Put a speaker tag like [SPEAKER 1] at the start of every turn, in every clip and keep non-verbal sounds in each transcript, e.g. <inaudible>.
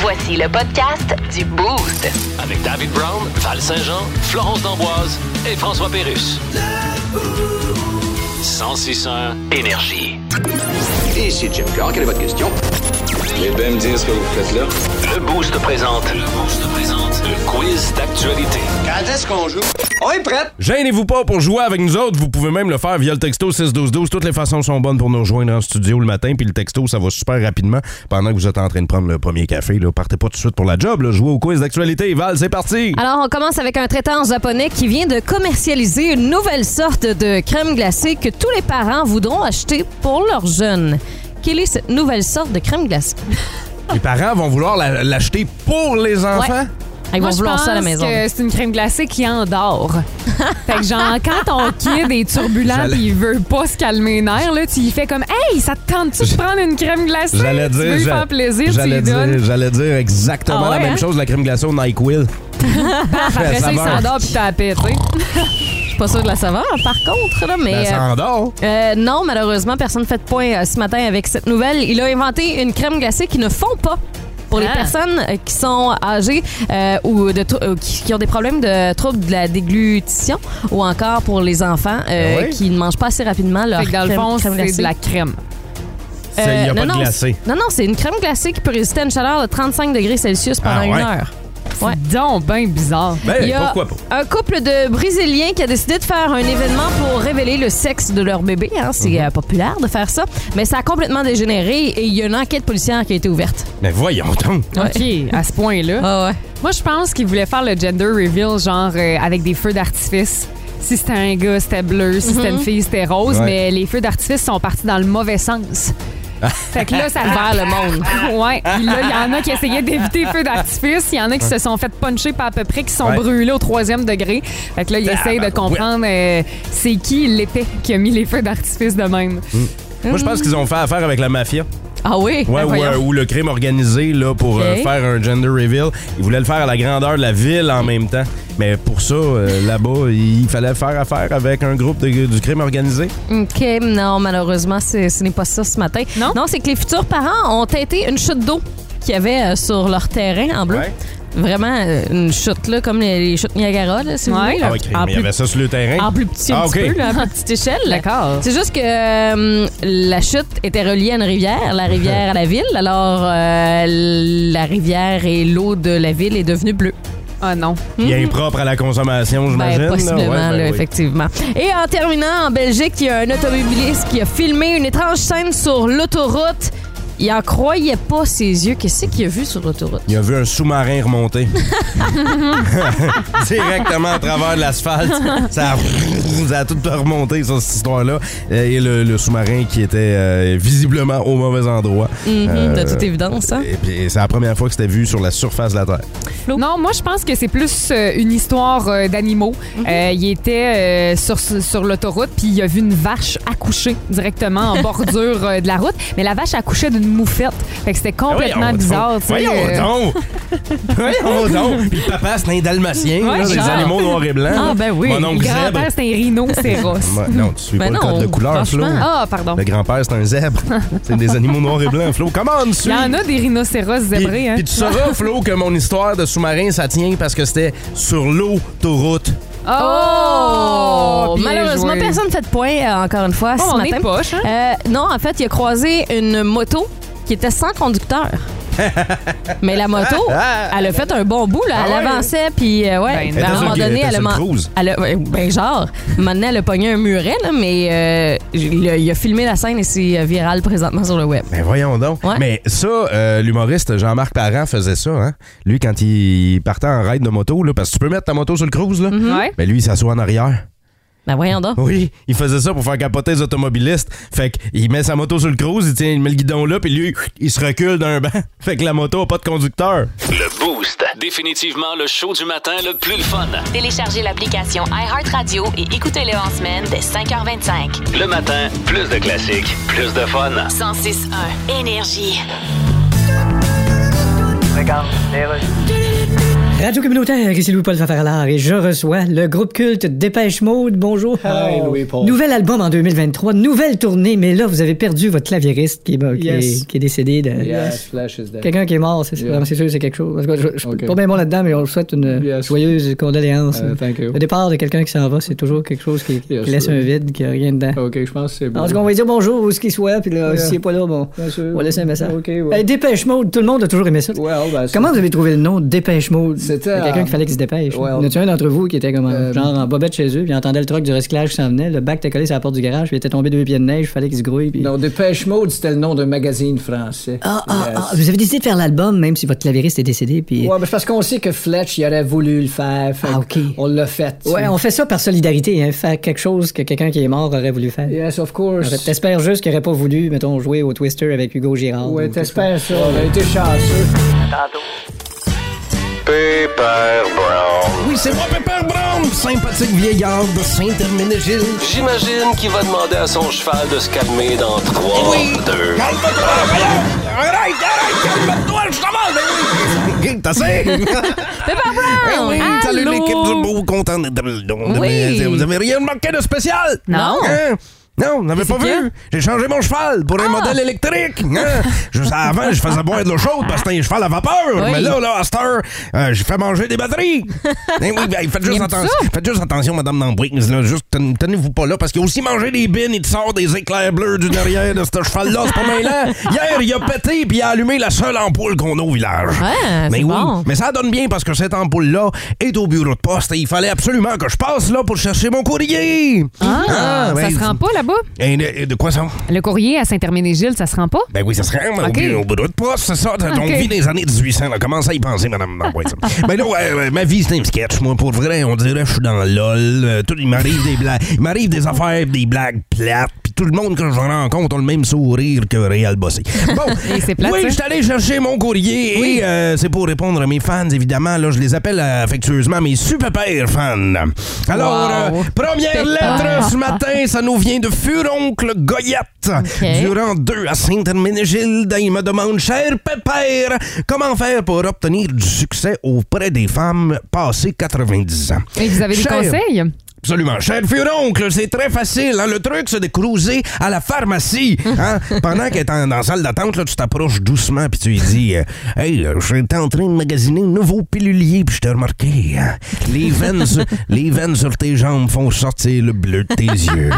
[SPEAKER 1] Voici le podcast du Boost.
[SPEAKER 2] Avec David Brown, Val Saint-Jean, Florence D'Amboise et François Pérus. 1061 Énergie.
[SPEAKER 3] Ici Jim Carr, quelle est votre question?
[SPEAKER 4] Vous bien me dire ce que vous faites là?
[SPEAKER 2] Le Boost présente. Le Boost présente. Le quiz d'actualité.
[SPEAKER 3] Quand est-ce qu'on joue? On est prêt!
[SPEAKER 5] Gênez-vous pas pour jouer avec nous autres. Vous pouvez même le faire via le texto 61212. Toutes les façons sont bonnes pour nous rejoindre en studio le matin. Puis le texto, ça va super rapidement pendant que vous êtes en train de prendre le premier café. Là. Partez pas tout de suite pour la job. Là. Jouez au quiz d'actualité. Val, c'est parti!
[SPEAKER 6] Alors, on commence avec un traiteur japonais qui vient de commercialiser une nouvelle sorte de crème glacée que tous les parents voudront acheter pour leurs jeunes. Quelle est cette nouvelle sorte de crème glacée?
[SPEAKER 5] Les parents vont vouloir la- l'acheter pour les enfants?
[SPEAKER 6] Ils
[SPEAKER 7] Moi,
[SPEAKER 6] vont
[SPEAKER 7] je
[SPEAKER 6] vouloir
[SPEAKER 7] pense
[SPEAKER 6] ça à la maison.
[SPEAKER 7] que c'est une crème glacée qui
[SPEAKER 6] <laughs>
[SPEAKER 7] endort. fait que genre, quand ton kid est turbulent
[SPEAKER 5] J'allais-
[SPEAKER 7] et il veut pas se calmer les nerfs, là, tu lui fais comme « Hey, ça te tente-tu de prendre une crème glacée? »
[SPEAKER 5] J'allais
[SPEAKER 7] Tu
[SPEAKER 5] dire,
[SPEAKER 7] veux lui
[SPEAKER 5] j'a-
[SPEAKER 7] faire plaisir, tu
[SPEAKER 5] j'allais
[SPEAKER 7] lui donnes.
[SPEAKER 5] dire, j'allais dire exactement
[SPEAKER 7] Ah ouais,
[SPEAKER 5] la même
[SPEAKER 7] hein?
[SPEAKER 5] chose, la crème glacée au Nike Will. <laughs>
[SPEAKER 7] Après ça, il
[SPEAKER 5] saveur.
[SPEAKER 7] s'endort puis t'as pété.
[SPEAKER 6] Je suis pas sûre de la saveur, par contre, là, mais.
[SPEAKER 5] Ben, ça endort.
[SPEAKER 6] euh, euh, non, malheureusement, personne ne fait de point euh, ce matin avec cette nouvelle. Il a inventé une crème glacée qui ne fond pas pour les
[SPEAKER 7] Ah.
[SPEAKER 6] personnes euh, qui sont âgées euh, ou de trou- euh, qui, qui ont des problèmes de troubles de la déglutition ou encore pour les enfants euh,
[SPEAKER 5] Ah ouais?
[SPEAKER 6] qui ne mangent pas assez rapidement leur
[SPEAKER 7] Fait que dans le
[SPEAKER 6] crème-
[SPEAKER 7] fond,
[SPEAKER 6] crème
[SPEAKER 7] c'est
[SPEAKER 6] glacée.
[SPEAKER 7] de la crème.
[SPEAKER 5] Ça, il y a pas
[SPEAKER 6] Euh, non,
[SPEAKER 5] de
[SPEAKER 6] non,
[SPEAKER 5] glacé.
[SPEAKER 6] c'est- Non, non, c'est une crème glacée qui peut résister à une chaleur de 35 degrés Celsius pendant
[SPEAKER 5] Ah ouais?
[SPEAKER 6] une heure. Ouais.
[SPEAKER 7] C'est donc bien bizarre.
[SPEAKER 6] Il
[SPEAKER 5] Ben,
[SPEAKER 6] y a
[SPEAKER 5] pourquoi pas?
[SPEAKER 6] un couple de Brésiliens qui a décidé de faire un événement pour révéler le sexe de leur bébé. hein. C'est
[SPEAKER 5] Mhm.
[SPEAKER 6] euh, populaire de faire ça. Mais ça a complètement dégénéré et il y a une enquête policière qui a été ouverte.
[SPEAKER 5] Mais voyons donc.
[SPEAKER 7] OK, à ce point-là.
[SPEAKER 6] Ah ouais.
[SPEAKER 7] Moi, je pense qu'il voulait faire le gender reveal, genre euh, avec des feux d'artifice. Si c'était un gars, c'était bleu. Si
[SPEAKER 6] Mhm.
[SPEAKER 7] c'était une fille, c'était rose.
[SPEAKER 5] Ouais.
[SPEAKER 7] Mais les feux d'artifice sont partis dans le mauvais
[SPEAKER 5] <laughs>
[SPEAKER 7] sens. fait que là, ça vers le monde. <laughs> Ouais. Puis là, il y en a qui essayaient d'éviter les feux d'artifice. Il y en a qui se sont fait puncher par à peu près, qui sont
[SPEAKER 5] Ouais.
[SPEAKER 7] brûlés au troisième degré. Fait que là, ils essayent de
[SPEAKER 5] ben,
[SPEAKER 7] comprendre euh, c'est qui l'épée qui a mis les feux d'artifice de même.
[SPEAKER 5] Moi, je pense qu'ils ont fait affaire avec la mafia.
[SPEAKER 6] Ah oui?
[SPEAKER 5] Ouais,
[SPEAKER 6] Ben
[SPEAKER 5] ou,
[SPEAKER 6] voyons.
[SPEAKER 5] euh, ou le crime organisé là, pour
[SPEAKER 6] Ok.
[SPEAKER 5] euh, faire un gender reveal. Ils voulaient le faire à la grandeur de la ville en même temps. Mais pour ça, euh, là-bas, il fallait faire affaire avec un groupe de- du crime organisé.
[SPEAKER 6] OK, non, malheureusement, c'est- ce n'est pas ça ce matin.
[SPEAKER 7] Non?
[SPEAKER 6] c'est que les futurs parents ont teinté une chute d'eau qu'il y avait euh, sur leur terrain en bleu.
[SPEAKER 5] Ouais.
[SPEAKER 6] Vraiment euh, une chute, là, comme les, les chutes Niagara, là, si vous
[SPEAKER 7] Ouais.
[SPEAKER 6] voulez, là.
[SPEAKER 5] Ah, ouais, crime,
[SPEAKER 6] En
[SPEAKER 5] mais il y
[SPEAKER 6] plus-
[SPEAKER 5] avait ça sur le terrain.
[SPEAKER 6] en plus petit
[SPEAKER 5] Ah,
[SPEAKER 6] un petit
[SPEAKER 5] ok.
[SPEAKER 6] peu, là, à plus petite échelle.
[SPEAKER 7] D'accord.
[SPEAKER 6] C'est juste que euh, la chute était reliée à une rivière, la rivière à la ville. Alors, euh, la rivière et l'eau de la ville est devenue bleue. Mhm.
[SPEAKER 7] Ah non.
[SPEAKER 5] Il est impropre à la consommation, j'imagine.
[SPEAKER 6] Hmm. Ben,
[SPEAKER 5] là.
[SPEAKER 6] possiblement,
[SPEAKER 5] Ouais, ben
[SPEAKER 6] là,
[SPEAKER 5] oui.
[SPEAKER 6] effectivement. Et en terminant, en Belgique, il y a un automobiliste qui a filmé une étrange scène sur l'autoroute. Il en croyait pas ses yeux. Qu'est-ce qu'il a vu sur
[SPEAKER 7] <laughs>
[SPEAKER 6] l'autoroute?
[SPEAKER 5] Il a vu un sous-marin
[SPEAKER 6] <laughs>
[SPEAKER 5] remonter. <laughs> Directement à travers de l'asphalte. Ça, a- <laughs> ça a tout remonté, ça, cette histoire-là. Euh, Et le, le sous-marin qui était euh, visiblement au mauvais endroit.
[SPEAKER 6] Mhm,
[SPEAKER 5] Euh,
[SPEAKER 7] Mm-hmm.
[SPEAKER 6] de toute évidence, hein?
[SPEAKER 5] Et puis, c'est la première fois que c'était vu sur la surface de la Terre.
[SPEAKER 7] Non, moi, je pense que c'est plus euh, une histoire euh, d'animaux. Euh, il était euh, sur, sur l'autoroute, puis il a vu une vache accoucher directement en bordure euh, de la route. Mais la vache accouchait d'une moufette. Fait que c'était complètement
[SPEAKER 5] Ben Voyons
[SPEAKER 7] bizarre.
[SPEAKER 5] donc.
[SPEAKER 7] tu sais, euh, <laughs>
[SPEAKER 5] Voyons donc! Voyons donc! Puis le papa, c'est un dalmatien,
[SPEAKER 7] Ouais,
[SPEAKER 5] là, des
[SPEAKER 7] genre.
[SPEAKER 5] animaux noirs et blancs.
[SPEAKER 7] Ah,
[SPEAKER 5] là.
[SPEAKER 7] ben oui.
[SPEAKER 5] Mon
[SPEAKER 7] Le
[SPEAKER 5] oncle Zèbre.
[SPEAKER 7] grand-père, c'est un
[SPEAKER 5] <laughs>
[SPEAKER 7] rhinocéros.
[SPEAKER 5] Moi, Non, tu suis
[SPEAKER 6] Ben
[SPEAKER 5] pas
[SPEAKER 6] non,
[SPEAKER 5] le code de couleur, Flo.
[SPEAKER 6] franchement.
[SPEAKER 7] ah, pardon.
[SPEAKER 5] Le grand-père, c'est un zèbre. c'est des animaux noirs et blancs, Flo. Comment
[SPEAKER 7] <laughs>
[SPEAKER 5] on
[SPEAKER 7] Il y en a des rhinocéros zébrés.
[SPEAKER 5] Puis,
[SPEAKER 7] Hein?
[SPEAKER 5] puis tu
[SPEAKER 6] <laughs>
[SPEAKER 5] sauras, Flo, que mon histoire de sous-marin, ça tient parce que c'était sur l'autoroute.
[SPEAKER 6] Ah.
[SPEAKER 7] Oh! bien
[SPEAKER 6] Malheureusement,
[SPEAKER 7] joué.
[SPEAKER 6] personne ne fait de point, euh, encore une fois,
[SPEAKER 7] Oh,
[SPEAKER 6] ce
[SPEAKER 7] on
[SPEAKER 6] matin.
[SPEAKER 7] est poche, hein?
[SPEAKER 6] Euh, non, en fait, il a croisé une moto qui était sans conducteur. Mais la moto, elle a fait un bon bout. Là.
[SPEAKER 5] Ah
[SPEAKER 6] Elle
[SPEAKER 5] ouais?
[SPEAKER 6] avançait, puis euh, ouais,
[SPEAKER 7] Ben,
[SPEAKER 6] ben, à
[SPEAKER 5] était
[SPEAKER 6] un moment
[SPEAKER 5] sur-
[SPEAKER 6] donné,
[SPEAKER 5] était
[SPEAKER 6] elle a...
[SPEAKER 5] sur
[SPEAKER 6] man-
[SPEAKER 5] cruise.
[SPEAKER 6] elle a- ouais, ben genre, maintenant, elle a pogné un muret, là, mais euh, il, a, il a filmé la scène et c'est euh, viral présentement sur le web.
[SPEAKER 5] Mais voyons donc.
[SPEAKER 6] Ouais.
[SPEAKER 5] Mais ça, euh, l'humoriste Jean-Marc Parent faisait ça. Hein? Lui, quand il partait en raid de moto, là, parce que tu peux mettre ta moto sur le cruise, là.
[SPEAKER 7] Ouais.
[SPEAKER 5] Mais lui, il s'assoit en arrière.
[SPEAKER 6] Mm-hmm. Ben voyons donc.
[SPEAKER 5] Oui, il faisait ça pour faire capoter les automobilistes. Fait qu'il met sa moto sur le cruise, il, tient, il met le guidon là, puis lui, il se recule d'un banc. <laughs> Fait que la moto a pas de conducteur.
[SPEAKER 2] Le Boost. Définitivement le show du matin le plus le fun.
[SPEAKER 1] Téléchargez l'application iHeartRadio et écoutez-le en semaine dès 5h25.
[SPEAKER 2] Le matin, plus de classiques, plus de fun.
[SPEAKER 1] 106.1 Énergie.
[SPEAKER 8] Regarde, les rues.
[SPEAKER 5] Eh
[SPEAKER 8] Radio communautaire, ici Louis-Paul Fafaralard et je reçois le groupe culte Dépêche Mode. Bonjour.
[SPEAKER 9] Hi, Louis-Paul.
[SPEAKER 8] Nouvel album en 2023, nouvelle tournée, mais là, vous avez perdu votre claviériste qui, est- qui est-
[SPEAKER 9] Yes.
[SPEAKER 8] qui est décédé. De...
[SPEAKER 9] Yes, Flash is dead.
[SPEAKER 8] Quelqu'un qui est mort, c'est
[SPEAKER 9] Yeah.
[SPEAKER 8] non, c'est sûr, c'est quelque chose. En tout cas, je, je suis
[SPEAKER 9] Ok.
[SPEAKER 8] pas bien bon là-dedans, mais on vous souhaite une
[SPEAKER 9] Yes.
[SPEAKER 8] joyeuse condoléance.
[SPEAKER 9] Euh, thank you.
[SPEAKER 8] Le départ de quelqu'un qui s'en va, c'est toujours quelque chose qui, qui
[SPEAKER 9] Yes,
[SPEAKER 8] laisse
[SPEAKER 9] sir.
[SPEAKER 8] un vide, qui a rien dedans.
[SPEAKER 9] OK, je pense que c'est bon.
[SPEAKER 8] En tout cas, on va lui dire bonjour où ce qu'il soit, puis là,
[SPEAKER 9] Yeah.
[SPEAKER 8] s'il n'est pas là, bon,
[SPEAKER 9] Bien sûr.
[SPEAKER 8] on va laisser un message.
[SPEAKER 9] OK, ouais.
[SPEAKER 8] Hey, Euh, dépêche mode, tout le monde a toujours aimé ça.
[SPEAKER 9] Well, ben, c'est-
[SPEAKER 8] Comment vous avez trouvé le nom de Dépêche Mode?
[SPEAKER 9] C'était,
[SPEAKER 8] Il y a quelqu'un
[SPEAKER 9] euh,
[SPEAKER 8] qui fallait qu'il se dépêche.
[SPEAKER 9] ouais,
[SPEAKER 8] y en a un d'entre vous qui était comme euh,
[SPEAKER 9] euh,
[SPEAKER 8] genre en bobette chez eux, puis il entendait le truc du recyclage qui s'en venait, le bac était collé sur la porte du garage, puis il était tombé deux pieds de neige, il fallait qu'il se grouille. Puis...
[SPEAKER 9] Non, Dépêche Mode, c'était le nom d'un magazine français.
[SPEAKER 8] Ah, ah,
[SPEAKER 9] Yes.
[SPEAKER 8] ah, vous avez décidé de faire l'album, même si votre clavieriste est décédé, puis...
[SPEAKER 9] Ouais, mais c'est parce qu'on sait que Fletch, il aurait voulu le faire. fait
[SPEAKER 8] Ah, OK.
[SPEAKER 9] On l'a fait. tu
[SPEAKER 8] Ouais,
[SPEAKER 9] sais.
[SPEAKER 8] on fait ça par solidarité, hein, faire quelque chose que quelqu'un qui est mort aurait voulu faire.
[SPEAKER 9] Yes, of course.
[SPEAKER 8] Alors, T'espères juste qu'il aurait pas voulu, mettons, jouer au Twister avec Hugo Girard.
[SPEAKER 9] Ouais,
[SPEAKER 8] ou quelque
[SPEAKER 9] t'espères ça. On a été chanceux.
[SPEAKER 4] Pepper Brown.
[SPEAKER 5] Oui, c'est moi, Pepper Brown, sympathique vieillard de Saint-Herminégile.
[SPEAKER 2] J'imagine qu'il va demander à son cheval de se calmer dans 3, 2,
[SPEAKER 5] Arrête, arrête, calme-toi, je t'en oui. T'as ça?
[SPEAKER 6] <laughs> Pepper
[SPEAKER 5] Eh
[SPEAKER 6] Brown!
[SPEAKER 5] Oui, salut
[SPEAKER 6] Allô?
[SPEAKER 5] l'équipe du beau content. de- de- de-
[SPEAKER 6] Oui.
[SPEAKER 5] Vous avez rien manqué de spécial?
[SPEAKER 6] Non.
[SPEAKER 5] Hein? Non, vous n'avez pas vu? J'ai changé mon cheval pour
[SPEAKER 6] Ah!
[SPEAKER 5] un modèle électrique.
[SPEAKER 6] <laughs>
[SPEAKER 5] Hein? Juste avant, je faisais boire de l'eau chaude parce que c'était un cheval à vapeur. Mais là, là, à cette heure, euh, j'ai fait manger des
[SPEAKER 6] <laughs>
[SPEAKER 5] batteries. Eh oui, ben, faites, juste
[SPEAKER 6] J'aime
[SPEAKER 5] attention, faites juste attention, Madame Nambrix. là. Juste ten- tenez-vous pas là parce qu'il a aussi mangé des bines. Il te sort des éclairs bleus du derrière de ce cheval-là. C'est pas
[SPEAKER 6] <laughs>
[SPEAKER 5] mêlant. Hier, il a pété puis il a allumé la seule ampoule qu'on a au village.
[SPEAKER 6] Ouais,
[SPEAKER 5] Mais
[SPEAKER 6] c'est
[SPEAKER 5] oui,
[SPEAKER 6] bon.
[SPEAKER 5] mais ça donne bien parce que cette ampoule-là est au bureau de poste et il fallait absolument que je passe là pour chercher mon courrier.
[SPEAKER 7] Ah, ça
[SPEAKER 5] ben,
[SPEAKER 7] se rend pas là-bas?
[SPEAKER 5] Et de, et de quoi ça?
[SPEAKER 7] Le courrier à Saint-Herménégilde, ça se rend pas?
[SPEAKER 5] Ben oui, ça se rend au
[SPEAKER 7] Ok.
[SPEAKER 5] bu- au, bureau de poste, c'est ça.
[SPEAKER 7] Ah, ok.
[SPEAKER 5] On vit des années 1800. Là. Commence à y penser, madame. Ben,
[SPEAKER 7] <laughs>
[SPEAKER 5] ouais, ça. ben là, ouais, ouais, ma vie, c'est un sketch. Moi, pour vrai, on dirait que je suis dans LOL. Euh, tout, il m'arrive des blagues. Il m'arrive des affaires, des blagues plates. Puis tout le monde que je rencontre a le même sourire que Réal Bossé. Bon,
[SPEAKER 7] Et c'est plate,
[SPEAKER 5] oui,
[SPEAKER 7] ça.
[SPEAKER 5] je suis allé chercher mon courrier et euh, c'est pour répondre à mes fans, évidemment. Là, je les appelle euh, affectueusement mes super fans. Alors,
[SPEAKER 7] Wow.
[SPEAKER 5] euh, première lettre ce matin, ça nous vient de Furoncle Goyette. Durant deux à Saint-Herménégilde, il me demande, cher pépère, comment faire pour obtenir du succès auprès des femmes passées 90 ans.
[SPEAKER 7] Et vous avez des
[SPEAKER 5] Cher-
[SPEAKER 7] conseils?
[SPEAKER 5] Absolument. Cher furoncle, c'est très facile. hein. Le truc, c'est de cruiser à la pharmacie. hein. Pendant qu'elle est en- dans la salle d'attente, là, tu t'approches doucement puis tu lui dis euh, Hey, euh, j'étais en train de magasiner un nouveau pilulier puis je t'ai remarqué. hein, les, veines sur, les veines sur tes jambes font sortir le bleu de tes yeux.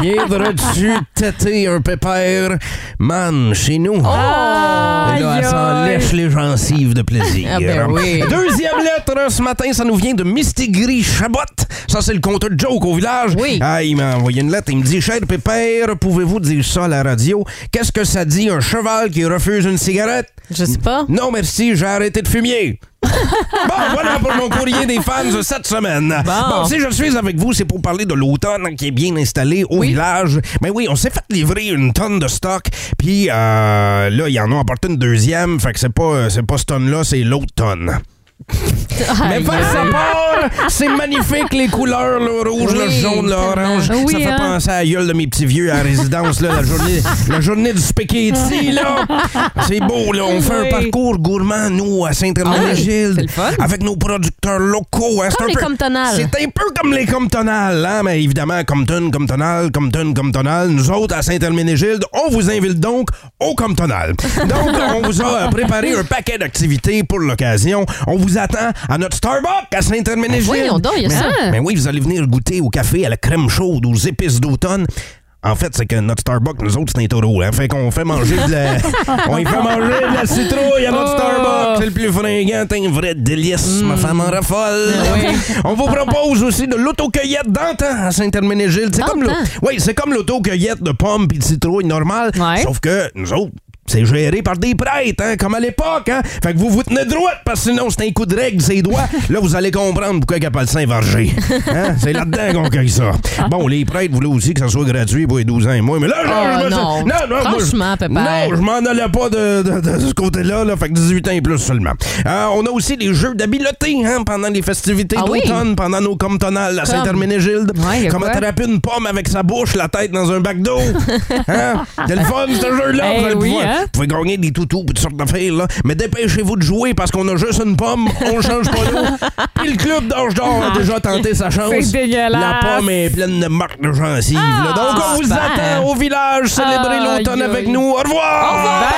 [SPEAKER 5] Viendras-tu têter un pépère? Man, chez nous. Et là, elle s'en lèche les gencives de plaisir.
[SPEAKER 6] Ah ben oui.
[SPEAKER 5] Deuxième lettre hein, ce matin, ça nous vient de Mistigris Chabot. Ça, c'est le compteur de joke au village.
[SPEAKER 6] Oui.
[SPEAKER 5] Ah, il m'a envoyé une lettre. Il me dit Cher pépère, pouvez-vous dire ça à la radio Qu'est-ce que ça dit un cheval qui refuse une cigarette
[SPEAKER 6] Je sais pas.
[SPEAKER 5] Non, merci, j'ai arrêté de fumier. bon, voilà pour mon courrier des fans de cette semaine.
[SPEAKER 6] Bon.
[SPEAKER 5] si je suis avec vous, c'est pour parler de l'automne qui est bien installé au village. Mais oui, on s'est fait livrer une tonne de stock, puis euh, là, ils en ont apporté une deuxième, fait que c'est pas, c'est pas cette tonne-là, c'est l'autre tonne. Mais
[SPEAKER 6] <laughs> Aïe.
[SPEAKER 5] par ça part, c'est magnifique les couleurs, le rouge, le
[SPEAKER 6] Oui,
[SPEAKER 5] jaune, l'orange.
[SPEAKER 7] tellement.
[SPEAKER 5] ça
[SPEAKER 7] Oui,
[SPEAKER 5] fait
[SPEAKER 7] hein.
[SPEAKER 5] penser à la gueule de mes petits vieux à la résidence, là, la, journée, la journée du spaghetti, là. C'est beau, là. On fait un
[SPEAKER 6] Oui.
[SPEAKER 5] parcours gourmand, nous, à
[SPEAKER 7] Ah c'est
[SPEAKER 5] Saint-Hermanégilde,
[SPEAKER 7] le fun.
[SPEAKER 5] avec nos producteurs locaux. hein. C'est
[SPEAKER 6] Comme
[SPEAKER 5] un
[SPEAKER 6] les
[SPEAKER 5] peu-
[SPEAKER 6] Comptonales.
[SPEAKER 5] C'est un peu comme les Comptonales, hein. Mais évidemment, Compton, Comptonal, Compton, Comptonal. Nous autres, à Saint-Hermanégilde, on vous invite donc au Comptonal. Donc, on vous a
[SPEAKER 7] <laughs>
[SPEAKER 5] préparé un paquet d'activités pour l'occasion. On vous attend à notre Starbucks à Saint-Hermanégilde.
[SPEAKER 6] Ben Voyons donc, il y a
[SPEAKER 5] Mais-
[SPEAKER 6] ça.
[SPEAKER 5] mais oui, vous allez venir goûter au café, à la crème chaude, aux épices d'automne. En fait, c'est que notre Starbucks, nous autres, c'est un taureau. Hein? Fait qu'on fait manger de
[SPEAKER 6] <laughs>
[SPEAKER 5] la... On y fait manger de la citrouille à notre
[SPEAKER 7] Oh.
[SPEAKER 5] Starbucks. C'est le plus fringant. C'est un vrai délice. Ma femme en raffole. <laughs> On vous propose aussi de l'autocueillette d'antan à Saint-Herménégilde. C'est comme, l'au-
[SPEAKER 6] D'antan?
[SPEAKER 5] oui, c'est comme l'autocueillette de pommes et de citrouille normale.
[SPEAKER 7] Ouais.
[SPEAKER 5] Sauf que nous autres, c'est géré par des prêtres, hein, comme à l'époque. Hein? Fait que vous vous tenez droite, parce que sinon, c'est un coup de règle, ses doigts. Là, vous allez comprendre pourquoi il appelle ça un verger.
[SPEAKER 6] <laughs>
[SPEAKER 5] Hein? C'est là-dedans qu'on cueille ça. Bon, les prêtres voulaient aussi que ça soit gratuit pour les 12 ans et moins, mais là,
[SPEAKER 6] Ah,
[SPEAKER 5] je- je-
[SPEAKER 6] non.
[SPEAKER 5] moi, je-
[SPEAKER 6] Franchement, Pépère.
[SPEAKER 5] Non, je m'en allais pas de, de- de ce côté-là, là, fait que 18 ans et plus seulement. Euh, on a aussi des jeux d'habileté hein, pendant les festivités
[SPEAKER 6] Ah oui?
[SPEAKER 5] d'automne, pendant nos comptonales à
[SPEAKER 6] Comme.
[SPEAKER 5] Saint-Herménégilde.
[SPEAKER 7] Ouais, y a
[SPEAKER 5] Comme
[SPEAKER 7] quoi?
[SPEAKER 5] attraper
[SPEAKER 7] <laughs>
[SPEAKER 5] une pomme avec sa bouche, la tête dans un bac d'eau. Hein? C'est le fun, ce jeu-là.
[SPEAKER 7] Eh
[SPEAKER 5] vous allez
[SPEAKER 7] oui,
[SPEAKER 5] pouvoir-
[SPEAKER 7] hein?
[SPEAKER 5] Vous pouvez gagner des toutous et toutes sortes d'affaires, là. Mais dépêchez-vous de jouer parce qu'on a juste une pomme, on change pas
[SPEAKER 7] <laughs>
[SPEAKER 5] l'eau. Puis le club d'Ange d'Or a déjà tenté sa chance.
[SPEAKER 7] C'est dégueulasse.
[SPEAKER 5] La pomme est pleine de marques de gencives. là. Donc, on vous attend au village. Célébrez
[SPEAKER 7] Ah,
[SPEAKER 5] l'automne
[SPEAKER 7] aïe,
[SPEAKER 5] avec
[SPEAKER 7] aïe.
[SPEAKER 5] nous. Au revoir!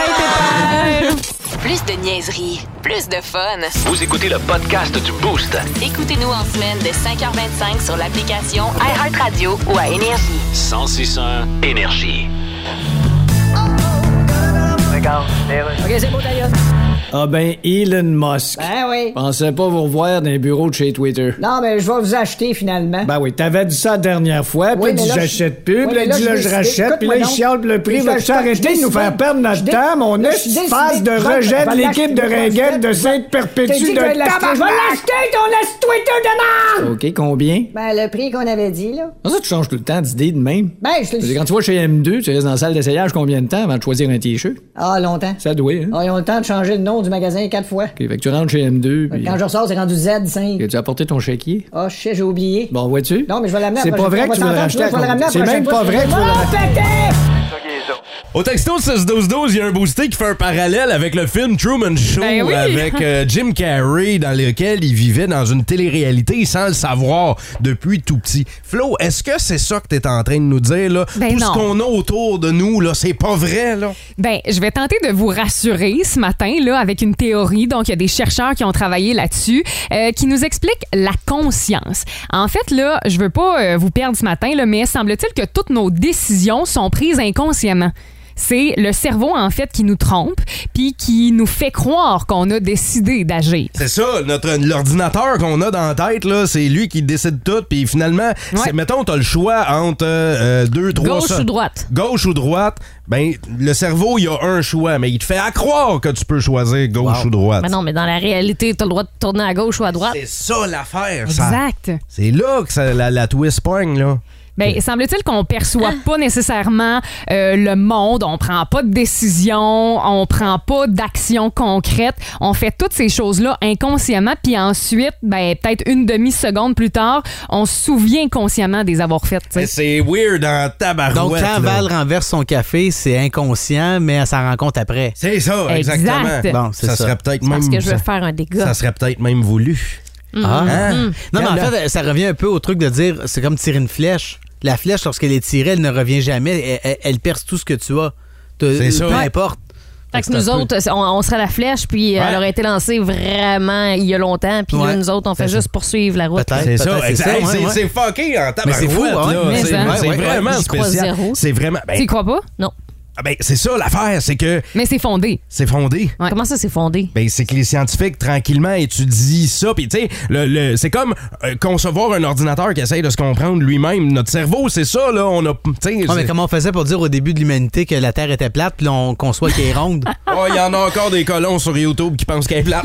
[SPEAKER 1] Plus de niaiserie, plus de fun.
[SPEAKER 2] Vous écoutez le podcast du Boost.
[SPEAKER 1] Écoutez-nous en semaine de 5h25 sur l'application iHeartRadio ou à Énergie.
[SPEAKER 2] 1061 Énergie.
[SPEAKER 10] Ah ben, Elon Musk.
[SPEAKER 9] Ben oui.
[SPEAKER 10] Pensais pas vous revoir dans les bureaux de chez Twitter.
[SPEAKER 9] Non,
[SPEAKER 8] ben,
[SPEAKER 9] mais je vais vous acheter finalement.
[SPEAKER 10] Ben oui, t'avais dit ça la dernière fois, puis
[SPEAKER 9] Oui,
[SPEAKER 10] il dit
[SPEAKER 9] mais là,
[SPEAKER 10] j'achète
[SPEAKER 9] je-
[SPEAKER 10] plus,
[SPEAKER 9] oui,
[SPEAKER 10] puis là, il
[SPEAKER 9] mais
[SPEAKER 10] dit
[SPEAKER 9] là,
[SPEAKER 10] là,
[SPEAKER 9] je
[SPEAKER 10] je
[SPEAKER 9] décide.
[SPEAKER 10] rachète, puis là, il
[SPEAKER 9] Écoute-moi
[SPEAKER 10] chiale
[SPEAKER 9] donc.
[SPEAKER 10] le prix.
[SPEAKER 9] Je- je-
[SPEAKER 10] Veux-tu
[SPEAKER 9] je-
[SPEAKER 10] arrêter de nous
[SPEAKER 9] décide.
[SPEAKER 10] faire perdre notre
[SPEAKER 9] Je-
[SPEAKER 10] temps, mon
[SPEAKER 9] je-
[SPEAKER 10] est
[SPEAKER 9] je- je-
[SPEAKER 10] face de
[SPEAKER 9] je- je-
[SPEAKER 10] rejet de
[SPEAKER 9] je- je-
[SPEAKER 10] l'équipe de
[SPEAKER 9] je- je-
[SPEAKER 10] Ringuette de
[SPEAKER 9] T'as dit
[SPEAKER 10] Sainte-Perpétue
[SPEAKER 9] que
[SPEAKER 10] de
[SPEAKER 9] je vais l'acheter. Je vais
[SPEAKER 10] Tabarnak!
[SPEAKER 9] l'acheter ton laisse Twitter de merde!
[SPEAKER 10] OK, combien?
[SPEAKER 9] Ben, le prix qu'on avait dit, là.
[SPEAKER 10] Ça, tu changes tout le temps d'idée de même.
[SPEAKER 9] Ben, je te
[SPEAKER 10] Parce que
[SPEAKER 9] le
[SPEAKER 10] Quand tu vas chez M2, tu restes dans la salle d'essayage combien de temps avant de choisir un t-shirt?
[SPEAKER 9] Ah, longtemps.
[SPEAKER 10] Ça doit, hein?
[SPEAKER 9] Ah, ils ont le temps de changer le nom du magasin quatre fois.
[SPEAKER 10] OK, fait que tu rentres chez M2, puis
[SPEAKER 9] Quand je ressors, c'est rendu Z5.
[SPEAKER 10] tu as apporté ton chéquier.
[SPEAKER 9] Ah, je sais, j'ai oublié.
[SPEAKER 10] Bon, vois-tu?
[SPEAKER 9] Non, mais je vais l'amener à la
[SPEAKER 10] C'est pas
[SPEAKER 9] prochaine
[SPEAKER 10] vrai
[SPEAKER 9] fois.
[SPEAKER 10] que tu
[SPEAKER 9] On
[SPEAKER 10] vas
[SPEAKER 9] va
[SPEAKER 10] le
[SPEAKER 9] s'entendre, je
[SPEAKER 10] racheter
[SPEAKER 9] vais le ramener à la
[SPEAKER 10] C'est
[SPEAKER 9] prochaine
[SPEAKER 10] même
[SPEAKER 9] fois, Ah,
[SPEAKER 10] pas
[SPEAKER 9] je vais
[SPEAKER 10] vrai que tu
[SPEAKER 9] le
[SPEAKER 10] vas le
[SPEAKER 9] racheter.
[SPEAKER 10] racheter.
[SPEAKER 7] Ben,
[SPEAKER 5] Au texto 6-12-12, il y a un boosté qui fait un parallèle avec le film Truman Show
[SPEAKER 7] Ben oui.
[SPEAKER 5] avec euh, Jim Carrey dans lequel il vivait dans une télé-réalité sans le savoir depuis tout petit. Flo, est-ce que c'est ça que t'es en train de nous dire là
[SPEAKER 7] Ben
[SPEAKER 5] Tout ce
[SPEAKER 7] non.
[SPEAKER 5] qu'on a autour de nous là, c'est pas vrai là.
[SPEAKER 7] Ben, je vais tenter de vous rassurer ce matin là avec une théorie. Donc, il y a des chercheurs qui ont travaillé là-dessus, euh, qui nous expliquent la conscience. En fait, là, je veux pas euh, vous perdre ce matin, là, mais semble-t-il que toutes nos décisions sont prises inconsciemment. C'est le cerveau en fait qui nous trompe, puis qui nous fait croire qu'on a décidé d'agir.
[SPEAKER 5] C'est ça, notre l'ordinateur qu'on a dans la tête là, c'est lui qui décide tout puis finalement, c'est mettons t'as le choix entre euh, euh, deux trois
[SPEAKER 6] Gauche
[SPEAKER 5] so-
[SPEAKER 6] ou droite?
[SPEAKER 5] Gauche ou droite, ben le cerveau il a un choix mais il te fait accroire que tu peux choisir gauche ou droite.
[SPEAKER 6] Ben non, mais dans la réalité, t'as le droit de tourner à gauche ou à droite.
[SPEAKER 5] C'est ça l'affaire, ça.
[SPEAKER 7] Exact.
[SPEAKER 5] C'est là que ça- la, la twist pogne, là.
[SPEAKER 7] Ben, semble-t-il qu'on perçoit pas nécessairement euh, le monde, on prend pas de décision, on prend pas d'action concrète, on fait toutes ces choses-là inconsciemment, puis ensuite, ben, peut-être une demi-seconde plus tard, on se souvient consciemment des avoir faites. tu sais.
[SPEAKER 5] C'est weird en tabarouette.
[SPEAKER 11] Donc, quand
[SPEAKER 5] là.
[SPEAKER 11] Val renverse son café, c'est inconscient, mais elle s'en rend compte après.
[SPEAKER 5] C'est ça,
[SPEAKER 7] Exact.
[SPEAKER 5] exactement.
[SPEAKER 11] Bon, c'est
[SPEAKER 5] ça,
[SPEAKER 11] ça.
[SPEAKER 5] serait peut-être
[SPEAKER 6] Parce
[SPEAKER 5] même.
[SPEAKER 6] que je
[SPEAKER 5] ça,
[SPEAKER 6] veux faire un Mm-hmm. dégât.
[SPEAKER 5] ça serait peut-être même voulu.
[SPEAKER 11] Ah.
[SPEAKER 5] Hein?
[SPEAKER 11] Non, mais en
[SPEAKER 5] Là,
[SPEAKER 11] fait, ça revient un peu au truc de dire c'est comme tirer une flèche. La flèche, lorsqu'elle est tirée, elle ne revient jamais. Elle, elle- elle perce tout ce que tu as. Te-
[SPEAKER 5] C'est ça.
[SPEAKER 11] Peu importe.
[SPEAKER 6] Fait que
[SPEAKER 11] C'est
[SPEAKER 6] nous
[SPEAKER 11] un peu-
[SPEAKER 6] autres, on, on serait la flèche, puis euh,
[SPEAKER 5] Ouais.
[SPEAKER 6] elle aurait été lancée vraiment il y a longtemps, puis là,
[SPEAKER 11] Ouais.
[SPEAKER 6] nous autres, on fait
[SPEAKER 11] C'est ça.
[SPEAKER 6] juste poursuivre la route.
[SPEAKER 11] Peut-être.
[SPEAKER 5] C'est ça,
[SPEAKER 11] peut-être,
[SPEAKER 5] exact.
[SPEAKER 11] c'est
[SPEAKER 5] Hey,
[SPEAKER 11] ça,
[SPEAKER 5] C'est
[SPEAKER 11] ouais,
[SPEAKER 5] c'est fucké en tabarouette,
[SPEAKER 11] Mais c'est fou, hein?
[SPEAKER 5] là.
[SPEAKER 11] Mais
[SPEAKER 5] C'est
[SPEAKER 7] ça.
[SPEAKER 5] c'est
[SPEAKER 11] Ouais, ouais,
[SPEAKER 5] vraiment
[SPEAKER 6] ouais. J'y crois
[SPEAKER 5] spécial.
[SPEAKER 6] zéro.
[SPEAKER 5] C'est vraiment.
[SPEAKER 7] Tu
[SPEAKER 5] Ben,
[SPEAKER 7] y crois pas?
[SPEAKER 6] Non.
[SPEAKER 5] ah, ben, c'est ça l'affaire, c'est que
[SPEAKER 7] Mais c'est fondé.
[SPEAKER 5] c'est fondé.
[SPEAKER 7] Ouais.
[SPEAKER 6] Comment ça s'est fondé?
[SPEAKER 5] Ben, c'est que les scientifiques, tranquillement, étudient ça. Puis, tu sais, le, le- c'est comme euh, concevoir un ordinateur qui essaye de se comprendre lui-même. Notre cerveau, c'est ça, là. On a. tu sais,
[SPEAKER 11] Ouais, mais
[SPEAKER 5] c'est-
[SPEAKER 11] comment on faisait pour dire au début de l'humanité que la Terre était plate, puis on conçoit qu'elle est ronde?
[SPEAKER 5] Oh, il y en a encore des colons sur YouTube qui pensent qu'elle est
[SPEAKER 11] <laughs>
[SPEAKER 5] plate.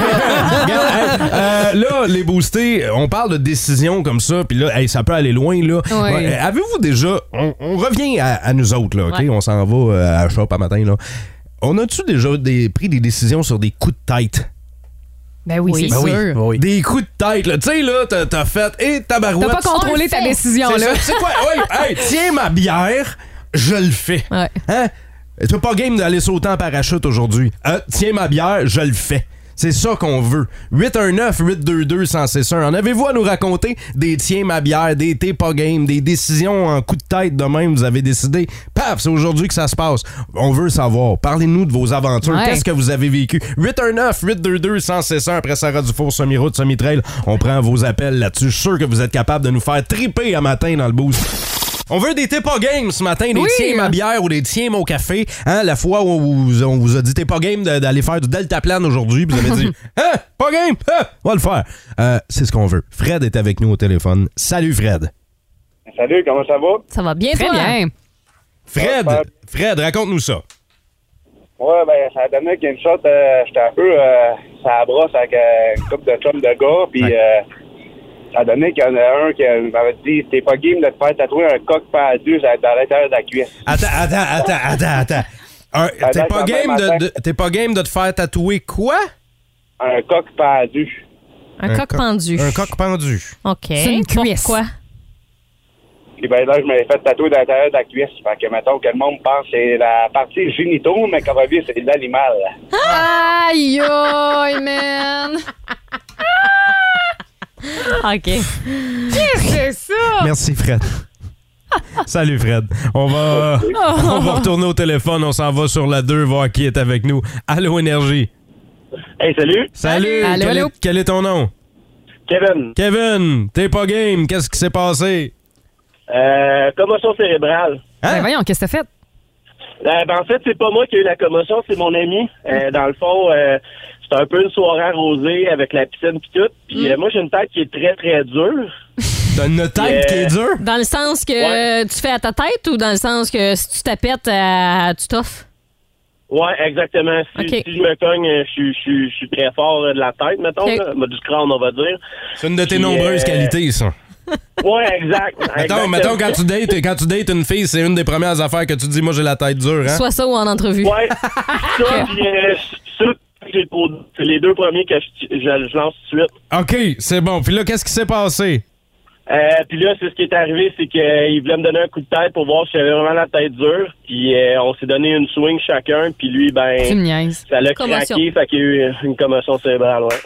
[SPEAKER 5] Regarde, hey, euh, là, les boostés, euh, on parle de décisions comme ça, puis là, hey, ça peut aller loin. là.
[SPEAKER 7] Ouais.
[SPEAKER 5] Ouais, euh, Avez-vous déjà. On, on revient à, à nous autres, là, OK? On s'en va euh, à la shop à matin, là. On a-tu déjà des- pris des décisions sur des coups de tête?
[SPEAKER 7] Ben oui,
[SPEAKER 6] Oui.
[SPEAKER 7] c'est
[SPEAKER 11] Ben oui,
[SPEAKER 7] sûr.
[SPEAKER 11] oui.
[SPEAKER 5] Des coups de tête, là. Tu sais, là, t'as- t'as fait. Et
[SPEAKER 7] T'as
[SPEAKER 5] tabarouette.
[SPEAKER 7] pas
[SPEAKER 6] On le
[SPEAKER 7] contrôlé ta
[SPEAKER 6] fait.
[SPEAKER 7] décision,
[SPEAKER 5] C'est
[SPEAKER 7] là.
[SPEAKER 5] ça. Tu sais quoi?
[SPEAKER 7] <laughs>
[SPEAKER 5] Ouais, hey, tiens ma bière, je le fais.
[SPEAKER 6] Ouais.
[SPEAKER 5] Hein? Tu peux pas game d'aller sauter en parachute aujourd'hui. Euh, tiens ma bière, je le fais. C'est ça qu'on veut. 819-822-161. En avez-vous à nous raconter des tiens ma bière, des t'es pas game, des décisions en coup de tête de même, vous avez décidé. Paf, c'est aujourd'hui que ça se passe. On veut savoir. Parlez-nous de vos aventures.
[SPEAKER 7] Ouais.
[SPEAKER 5] Qu'est-ce que vous avez vécu? 819-822-161. Après Sarah Dufour, semi-route, semi-trail. On prend vos appels là-dessus. Je suis sûr que vous êtes capable de nous faire triper à matin dans le boost. On veut des t'es pas game ce matin, des
[SPEAKER 7] Oui.
[SPEAKER 5] tiens ma bière ou des tiens mon café. Hein, la fois où on vous- on vous a dit t'es pas game de- d'aller faire du deltaplane aujourd'hui, puis vous avez dit hein, pas game, hein, on va le faire. Euh, c'est ce qu'on veut. Fred est avec nous au téléphone. Salut Fred.
[SPEAKER 4] Salut, comment ça va?
[SPEAKER 6] Ça va bien,
[SPEAKER 7] Très
[SPEAKER 6] toi?
[SPEAKER 7] bien.
[SPEAKER 5] Fred,
[SPEAKER 4] Ouais,
[SPEAKER 5] Fred, raconte-nous ça.
[SPEAKER 4] Ouais, ben, ça donnait qu'une shot, euh, j'étais un peu, euh, ça brosse avec euh, une couple de chums de gars, puis
[SPEAKER 5] Ouais.
[SPEAKER 4] euh, ça donnait qu'il y en a un qui euh, m'avait dit, t'es pas game de te faire tatouer un coq pendu dans dans l'intérieur de la cuisse.
[SPEAKER 5] Attends, attends, attends, attends, attends. Un- T'es pas game de, de- t'es pas game de te faire tatouer quoi?
[SPEAKER 4] Un coq pendu.
[SPEAKER 6] Un, coq pendu.
[SPEAKER 5] Un coq pendu.
[SPEAKER 6] OK.
[SPEAKER 7] C'est une cuisse.
[SPEAKER 6] Pourquoi?
[SPEAKER 4] Puis ben là, je m'avais fait tatouer dans l'intérieur de la cuisse. Fait que, mettons, que le monde pense que c'est la partie génitaux, mais coronavirus, c'est l'animal.
[SPEAKER 7] Aïe, aïe, man!
[SPEAKER 6] <laughs> OK.
[SPEAKER 7] Qu'est-ce que c'est ça?
[SPEAKER 5] Merci, Fred. Salut, Fred. On va, on va retourner au téléphone. On s'en va sur la 2, voir qui est avec nous. Allô, Énergie.
[SPEAKER 4] Hey, salut.
[SPEAKER 5] Salut.
[SPEAKER 7] Allô,
[SPEAKER 5] quel,
[SPEAKER 7] allô.
[SPEAKER 5] Est, quel est ton nom?
[SPEAKER 4] Kevin,
[SPEAKER 5] Kevin, t'es pas game. Qu'est-ce qui s'est passé?
[SPEAKER 4] euh, commotion cérébrale.
[SPEAKER 7] Ben voyons, qu'est-ce que t'as fait?
[SPEAKER 4] Euh, ben, en fait, c'est pas moi qui ai eu la commotion, c'est mon ami. Euh,
[SPEAKER 5] Mm.
[SPEAKER 4] dans le fond, euh, c'était un peu une soirée arrosée avec la piscine pis tout. Puis euh, moi, j'ai une tête qui est très, très dure.
[SPEAKER 5] Mm. <laughs> T'as une tête qui est dure?
[SPEAKER 6] Euh, Dans le sens que
[SPEAKER 4] Ouais.
[SPEAKER 6] euh, tu fais à ta tête ou dans le sens que si tu t'appètes, euh, tu t'offres?
[SPEAKER 4] euh, Ouais, exactement. Si,
[SPEAKER 6] Ok.
[SPEAKER 4] si je me cogne, euh, je suis- je suis je suis très fort euh, de la tête, mettons,
[SPEAKER 6] Ok.
[SPEAKER 4] là. du crâne, on va dire.
[SPEAKER 5] C'est une de tes
[SPEAKER 4] Puis,
[SPEAKER 5] nombreuses
[SPEAKER 4] euh,
[SPEAKER 5] qualités, ça.
[SPEAKER 4] Ouais, exact.
[SPEAKER 5] <laughs> Mettons,
[SPEAKER 4] Exactement.
[SPEAKER 5] mettons quand, tu dates, quand tu dates une fille, c'est une des premières affaires que tu dis, moi j'ai la tête dure. Hein?
[SPEAKER 6] Soit ça ou en entrevue.
[SPEAKER 4] Ouais. ça, puis, euh, ça, c'est le pot- c'est les deux premiers que je, je, je lance tout de suite.
[SPEAKER 5] OK, c'est bon. Puis là, qu'est-ce qui s'est passé?
[SPEAKER 4] Euh, puis là, c'est ce qui est arrivé, c'est qu'il voulait me donner un coup de tête pour voir si j'avais vraiment la tête dure. Puis euh, on s'est donné une swing chacun, puis lui,
[SPEAKER 7] Tu me
[SPEAKER 4] ben,
[SPEAKER 7] niaises.
[SPEAKER 4] ça l'a
[SPEAKER 6] Commotion.
[SPEAKER 4] craqué, fait qu'il y a eu une commotion cérébrale, ouais.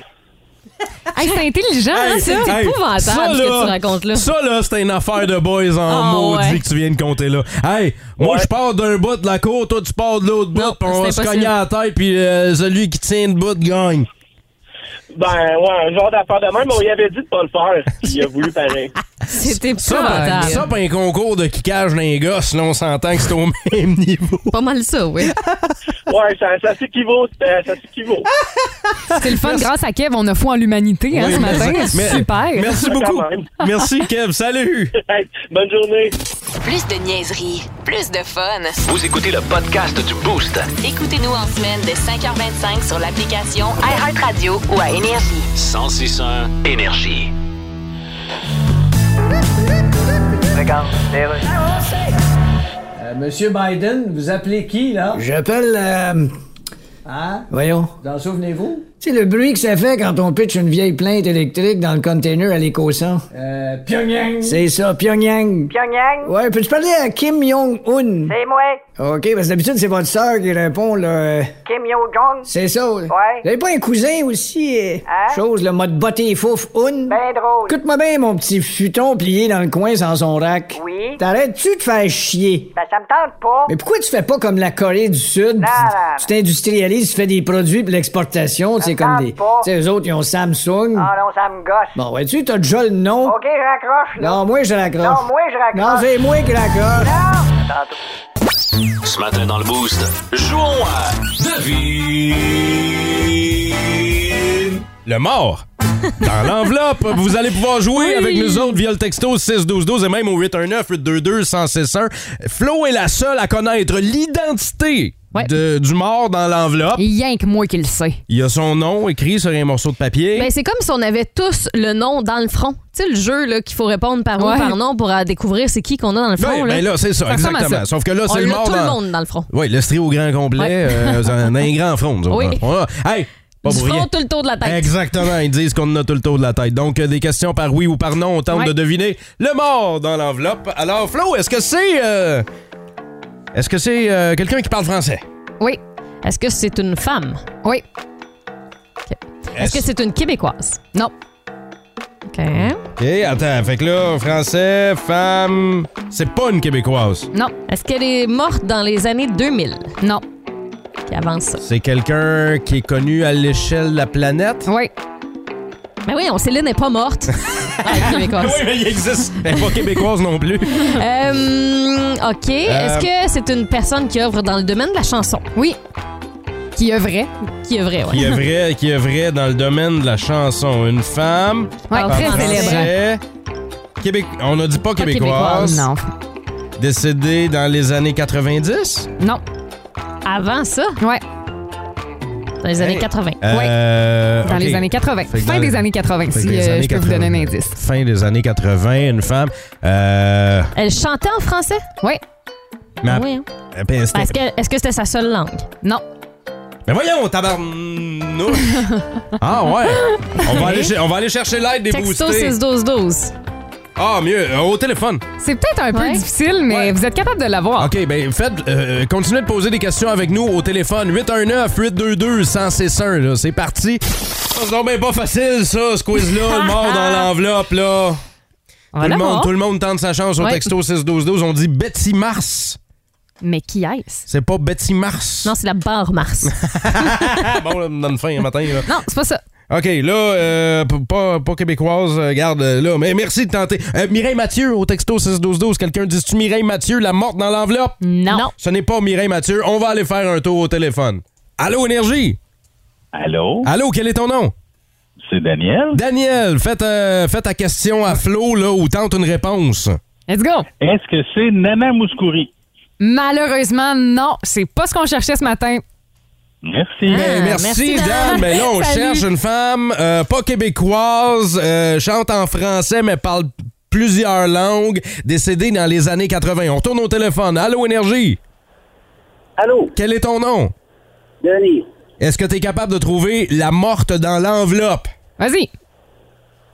[SPEAKER 7] Hey, c'est intelligent, hein, ça?
[SPEAKER 6] C'est
[SPEAKER 5] Hey,
[SPEAKER 6] épouvantable
[SPEAKER 5] ça,
[SPEAKER 6] ce que
[SPEAKER 5] là,
[SPEAKER 6] tu racontes là.
[SPEAKER 5] Ça, là, c'était une affaire de boys en
[SPEAKER 6] Ah,
[SPEAKER 5] maudit
[SPEAKER 6] ouais.
[SPEAKER 5] que tu viens de compter là. Hey, moi,
[SPEAKER 4] Ouais.
[SPEAKER 5] je pars d'un bout de la cour, toi, tu pars de l'autre bout, puis on va
[SPEAKER 6] c'est
[SPEAKER 5] se
[SPEAKER 6] impossible.
[SPEAKER 5] cogner à la tête, puis euh, celui qui tient le bout gagne.
[SPEAKER 4] Ben, ouais, un genre d'affaire de même, on lui avait dit de pas le faire. Il a voulu
[SPEAKER 7] <laughs>
[SPEAKER 4] pareil.
[SPEAKER 6] C'est
[SPEAKER 5] Ça, par-
[SPEAKER 6] épouvantable.
[SPEAKER 5] ça, par un concours de kickage d'un gosse, là, on s'entend que c'est au <laughs> même niveau.
[SPEAKER 6] Pas mal ça,
[SPEAKER 5] <laughs>
[SPEAKER 6] oui.
[SPEAKER 5] ben,
[SPEAKER 4] Ouais, ça, ça s'équivaut, euh, ça s'équivaut.
[SPEAKER 7] <laughs> C'est le fun. Grâce à Kev, on a foi en l'humanité hein,
[SPEAKER 5] Oui,
[SPEAKER 7] ce matin.
[SPEAKER 5] merci. Mais-
[SPEAKER 7] Super.
[SPEAKER 5] Merci
[SPEAKER 4] Quand
[SPEAKER 5] beaucoup.
[SPEAKER 4] même.
[SPEAKER 5] Merci,
[SPEAKER 4] <laughs>
[SPEAKER 5] Kev. Salut.
[SPEAKER 4] Hey, bonne journée.
[SPEAKER 1] Plus de niaiserie, plus de fun.
[SPEAKER 2] Vous écoutez le podcast du Boost.
[SPEAKER 1] Écoutez-nous en semaine de 5h25 sur l'application iHeartRadio ou à Énergie.
[SPEAKER 2] 1061 Énergie.
[SPEAKER 9] Euh, Monsieur Biden, vous appelez qui, là?
[SPEAKER 10] J'appelle. euh,
[SPEAKER 9] Hein?
[SPEAKER 10] voyons.
[SPEAKER 9] Vous en souvenez-vous?
[SPEAKER 10] Tu sais, le bruit que ça fait quand on pitch une vieille plainte électrique dans le container à l'éco-sang.
[SPEAKER 9] Euh, Pyongyang.
[SPEAKER 10] C'est ça, Pyongyang.
[SPEAKER 12] Pyongyang,
[SPEAKER 10] Ouais, peux-tu parler à Kim Jong-un?
[SPEAKER 12] c'est moi,
[SPEAKER 10] OK, parce que d'habitude, c'est votre sœur qui répond, là. euh,
[SPEAKER 12] Kim Yo-Jong.
[SPEAKER 10] C'est ça. Ouais.
[SPEAKER 12] Ouais.
[SPEAKER 10] Vous avez pas un cousin aussi? euh,
[SPEAKER 12] Hein?
[SPEAKER 10] Chose, le mode botté fouf, un?
[SPEAKER 12] Ben drôle.
[SPEAKER 10] Écoute-moi bien, mon petit futon plié dans le coin sans son rack.
[SPEAKER 12] Oui.
[SPEAKER 10] T'arrêtes-tu de faire chier?
[SPEAKER 12] Ben ça me tente pas.
[SPEAKER 10] Mais pourquoi tu fais pas comme la Corée du Sud?
[SPEAKER 12] non, non.
[SPEAKER 10] Tu tu t'industrialises, tu fais des produits pour l'exportation, tu sais, comme
[SPEAKER 12] tente
[SPEAKER 10] des. Tu
[SPEAKER 12] pas.
[SPEAKER 10] sais, eux autres, ils ont Samsung.
[SPEAKER 12] Ah non, ça me gosse.
[SPEAKER 10] Bon, ouais, tu t'as déjà le nom.
[SPEAKER 12] Ok, je raccroche, là.
[SPEAKER 10] Non, moi, je raccroche.
[SPEAKER 12] Non, moi, je raccroche.
[SPEAKER 10] Non, c'est moi qui raccroche.
[SPEAKER 2] Ce matin dans le Boost, jouons à Devine.
[SPEAKER 5] Le
[SPEAKER 6] <laughs>
[SPEAKER 5] mort. Dans l'enveloppe, vous allez pouvoir jouer avec nous autres via le texto 61212 et même au 819-822-1061. Flo est la seule à connaître l'identité
[SPEAKER 7] Ouais.
[SPEAKER 5] de- du mort dans l'enveloppe.
[SPEAKER 7] Il y a que moi qui le sais.
[SPEAKER 5] Il y a son nom écrit sur un morceau de papier.
[SPEAKER 6] <laughs> Ben, c'est comme si on avait tous le nom dans le front. Tu sais, le jeu là, qu'il faut répondre par oui
[SPEAKER 7] Ouais.
[SPEAKER 6] par non pour euh, découvrir c'est qui qu'on a dans le front.
[SPEAKER 5] Ouais,
[SPEAKER 6] là.
[SPEAKER 5] ben là, c'est ça,
[SPEAKER 7] Ça ressemble à
[SPEAKER 5] exactement.
[SPEAKER 7] ça.
[SPEAKER 5] Sauf que là,
[SPEAKER 6] on
[SPEAKER 5] c'est le
[SPEAKER 6] l'a
[SPEAKER 5] mort
[SPEAKER 6] tout
[SPEAKER 5] dans...
[SPEAKER 6] le monde dans le front.
[SPEAKER 5] Oui, le stri au grand complet,
[SPEAKER 7] Ouais.
[SPEAKER 6] <laughs>
[SPEAKER 5] euh, on a un grand front. nous autres,
[SPEAKER 6] Oui.
[SPEAKER 5] hein. Ah, hey, pas
[SPEAKER 6] du
[SPEAKER 5] pour rien.
[SPEAKER 6] front tout le tour de la tête.
[SPEAKER 5] Exactement, ils disent qu'on en a tout le tour de la tête. Donc, euh, des questions par oui ou par non, on tente
[SPEAKER 7] Ouais.
[SPEAKER 5] de deviner le mort dans l'enveloppe. Alors, Flo, est-ce que c'est. euh, est-ce que c'est euh, quelqu'un qui parle français?
[SPEAKER 7] Oui.
[SPEAKER 6] Est-ce que c'est une femme?
[SPEAKER 7] Oui.
[SPEAKER 6] Est-ce que c'est une Québécoise?
[SPEAKER 7] Non.
[SPEAKER 6] OK.
[SPEAKER 5] Ok, attends, fait que là, français, femme. C'est pas une Québécoise.
[SPEAKER 7] Non.
[SPEAKER 6] Est-ce qu'elle est morte dans les années 2000?
[SPEAKER 7] Non.
[SPEAKER 6] Qui avance ça.
[SPEAKER 5] C'est quelqu'un qui est connu à l'échelle de la planète? <laughs>
[SPEAKER 7] Oui.
[SPEAKER 6] Mais oui, on Céline n'est pas morte. Elle est Québécoise.
[SPEAKER 5] mais il existe. Elle est pas québécoise non plus.
[SPEAKER 6] Euh, OK. Est-ce que c'est une personne qui œuvre dans le domaine de la chanson?
[SPEAKER 7] Oui. Qui œuvrait.
[SPEAKER 6] Qui est vrai,
[SPEAKER 5] Qui
[SPEAKER 6] ouais.
[SPEAKER 5] est vrai, qui est vrai dans le domaine de la chanson. Une femme.
[SPEAKER 7] Ouais,
[SPEAKER 6] Parle
[SPEAKER 7] très
[SPEAKER 6] français.
[SPEAKER 7] célèbre.
[SPEAKER 5] Français. Québec... On ne dit pas,
[SPEAKER 6] Pas
[SPEAKER 5] québécoise.
[SPEAKER 7] Non.
[SPEAKER 5] Décédé dans les années 90?
[SPEAKER 7] Non.
[SPEAKER 6] Avant ça,
[SPEAKER 7] Ouais.
[SPEAKER 6] <laughs> dans les années 80.
[SPEAKER 5] Euh,
[SPEAKER 7] Dans
[SPEAKER 5] ok.
[SPEAKER 7] les années 80.
[SPEAKER 5] Fait que
[SPEAKER 7] Fin
[SPEAKER 5] dans-
[SPEAKER 7] des années 80,
[SPEAKER 5] Fait que
[SPEAKER 7] si
[SPEAKER 5] dans les
[SPEAKER 7] euh,
[SPEAKER 5] années
[SPEAKER 7] je peux vous donner
[SPEAKER 5] 80.
[SPEAKER 7] un indice.
[SPEAKER 5] Fin des années 80, une femme. Euh,
[SPEAKER 6] Elle chantait en français?
[SPEAKER 7] Oui.
[SPEAKER 5] mais ap-
[SPEAKER 6] Oui. hein.
[SPEAKER 5] euh, ben, c'était-
[SPEAKER 6] Parce que, est-ce que c'était sa seule langue?
[SPEAKER 7] Non.
[SPEAKER 5] Mais voyons,
[SPEAKER 6] <laughs>
[SPEAKER 5] tabarnouche! ah ouais! On va aller, cher- on va aller chercher l'aide des
[SPEAKER 6] Texto
[SPEAKER 5] boostés.
[SPEAKER 6] 61212.
[SPEAKER 5] Ah, mieux, euh, au téléphone.
[SPEAKER 7] C'est peut-être un peu difficile, mais vous êtes capable de l'avoir.
[SPEAKER 5] OK, ben faites, euh, continuez de poser des questions avec nous au téléphone 819-822-1061. là. C'est parti. Ça, C'est donc bien pas facile, ça, ce
[SPEAKER 7] <laughs>
[SPEAKER 5] quiz-là, le mort dans l'enveloppe, là.
[SPEAKER 7] On va
[SPEAKER 5] Tout le, monde,
[SPEAKER 7] l'avoir.
[SPEAKER 5] tout le monde tente sa chance au
[SPEAKER 7] Ouais.
[SPEAKER 5] texto 61212. On dit Betty Mars.
[SPEAKER 6] Mais qui est-ce?
[SPEAKER 5] C'est pas Betty Mars.
[SPEAKER 6] Non, c'est la
[SPEAKER 5] <laughs>
[SPEAKER 6] barre Mars.
[SPEAKER 5] Ah, <laughs> bon, là, me donne faim un matin. Là.
[SPEAKER 7] Non, c'est pas ça.
[SPEAKER 5] OK, là, euh, p- pas, pas québécoise, euh, garde euh, là. Mais merci de tenter. Euh, Mireille Mathieu, au texto 61212, quelqu'un dit tu Mireille Mathieu, la morte dans l'enveloppe?
[SPEAKER 6] Non.
[SPEAKER 5] Ce n'est pas Mireille Mathieu. On va aller faire un tour au téléphone. Allô, Énergie?
[SPEAKER 13] Allô?
[SPEAKER 5] Allô, quel est ton nom?
[SPEAKER 13] C'est Daniel.
[SPEAKER 5] Daniel, fais ta, fais ta question à Flo, là, ou tente une réponse.
[SPEAKER 7] Let's go.
[SPEAKER 13] Est-ce que c'est Nana Mouskouri?
[SPEAKER 7] Malheureusement, non, c'est pas ce qu'on cherchait ce matin.
[SPEAKER 13] Merci.
[SPEAKER 5] Ben,
[SPEAKER 7] Ah,
[SPEAKER 5] merci,
[SPEAKER 7] merci, Dan.
[SPEAKER 5] Dan. Mais là,
[SPEAKER 7] <laughs>
[SPEAKER 5] on
[SPEAKER 7] Salut.
[SPEAKER 5] cherche une femme euh, pas québécoise, euh, chante en français, mais parle plusieurs langues, décédée dans les années 80. On retourne au téléphone. Allô, Énergie?
[SPEAKER 4] Allô?
[SPEAKER 5] Quel est ton nom?
[SPEAKER 4] Denis,
[SPEAKER 5] Est-ce que tu es capable de trouver la morte dans l'enveloppe?
[SPEAKER 7] Vas-y.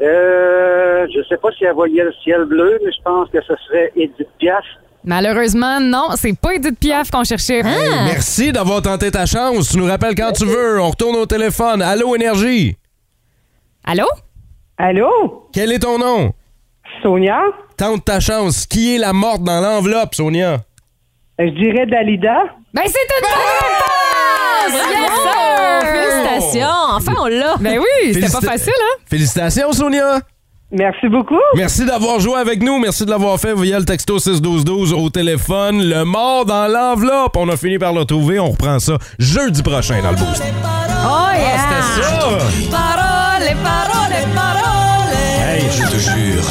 [SPEAKER 4] euh, je sais pas si elle voyait le ciel bleu, mais je pense que ce serait Edith Piaf.
[SPEAKER 7] Malheureusement, non, c'est pas Edith Piaf qu'on
[SPEAKER 6] Ah!
[SPEAKER 7] cherchait.
[SPEAKER 5] Merci d'avoir tenté ta chance. Tu nous rappelles quand tu veux. On retourne au téléphone. Allô, Énergie?
[SPEAKER 7] Allô?
[SPEAKER 5] Allô? Quel est ton nom?
[SPEAKER 14] Sonia?
[SPEAKER 5] Tente ta chance. Qui est la morte dans l'enveloppe, Sonia?
[SPEAKER 14] Euh, Je dirais Dalida.
[SPEAKER 7] Ben, c'est une
[SPEAKER 5] ah!
[SPEAKER 7] bonne réponse!
[SPEAKER 6] Bravo! Félicitations! Ah, Enfin, on l'a!
[SPEAKER 7] Ben oui, c'était
[SPEAKER 5] Félicita-
[SPEAKER 7] pas facile, hein?
[SPEAKER 5] Félicitations, Sonia!
[SPEAKER 14] Merci beaucoup.
[SPEAKER 5] Merci d'avoir joué avec nous. Merci de l'avoir fait via le texto 61212 au téléphone. Le mort dans l'enveloppe. On a fini par le trouver. On reprend ça jeudi prochain dans le boost.
[SPEAKER 7] Oh, yeah!
[SPEAKER 5] c'était ça!
[SPEAKER 7] Parole, parole, parole!
[SPEAKER 5] Hey, je te jure.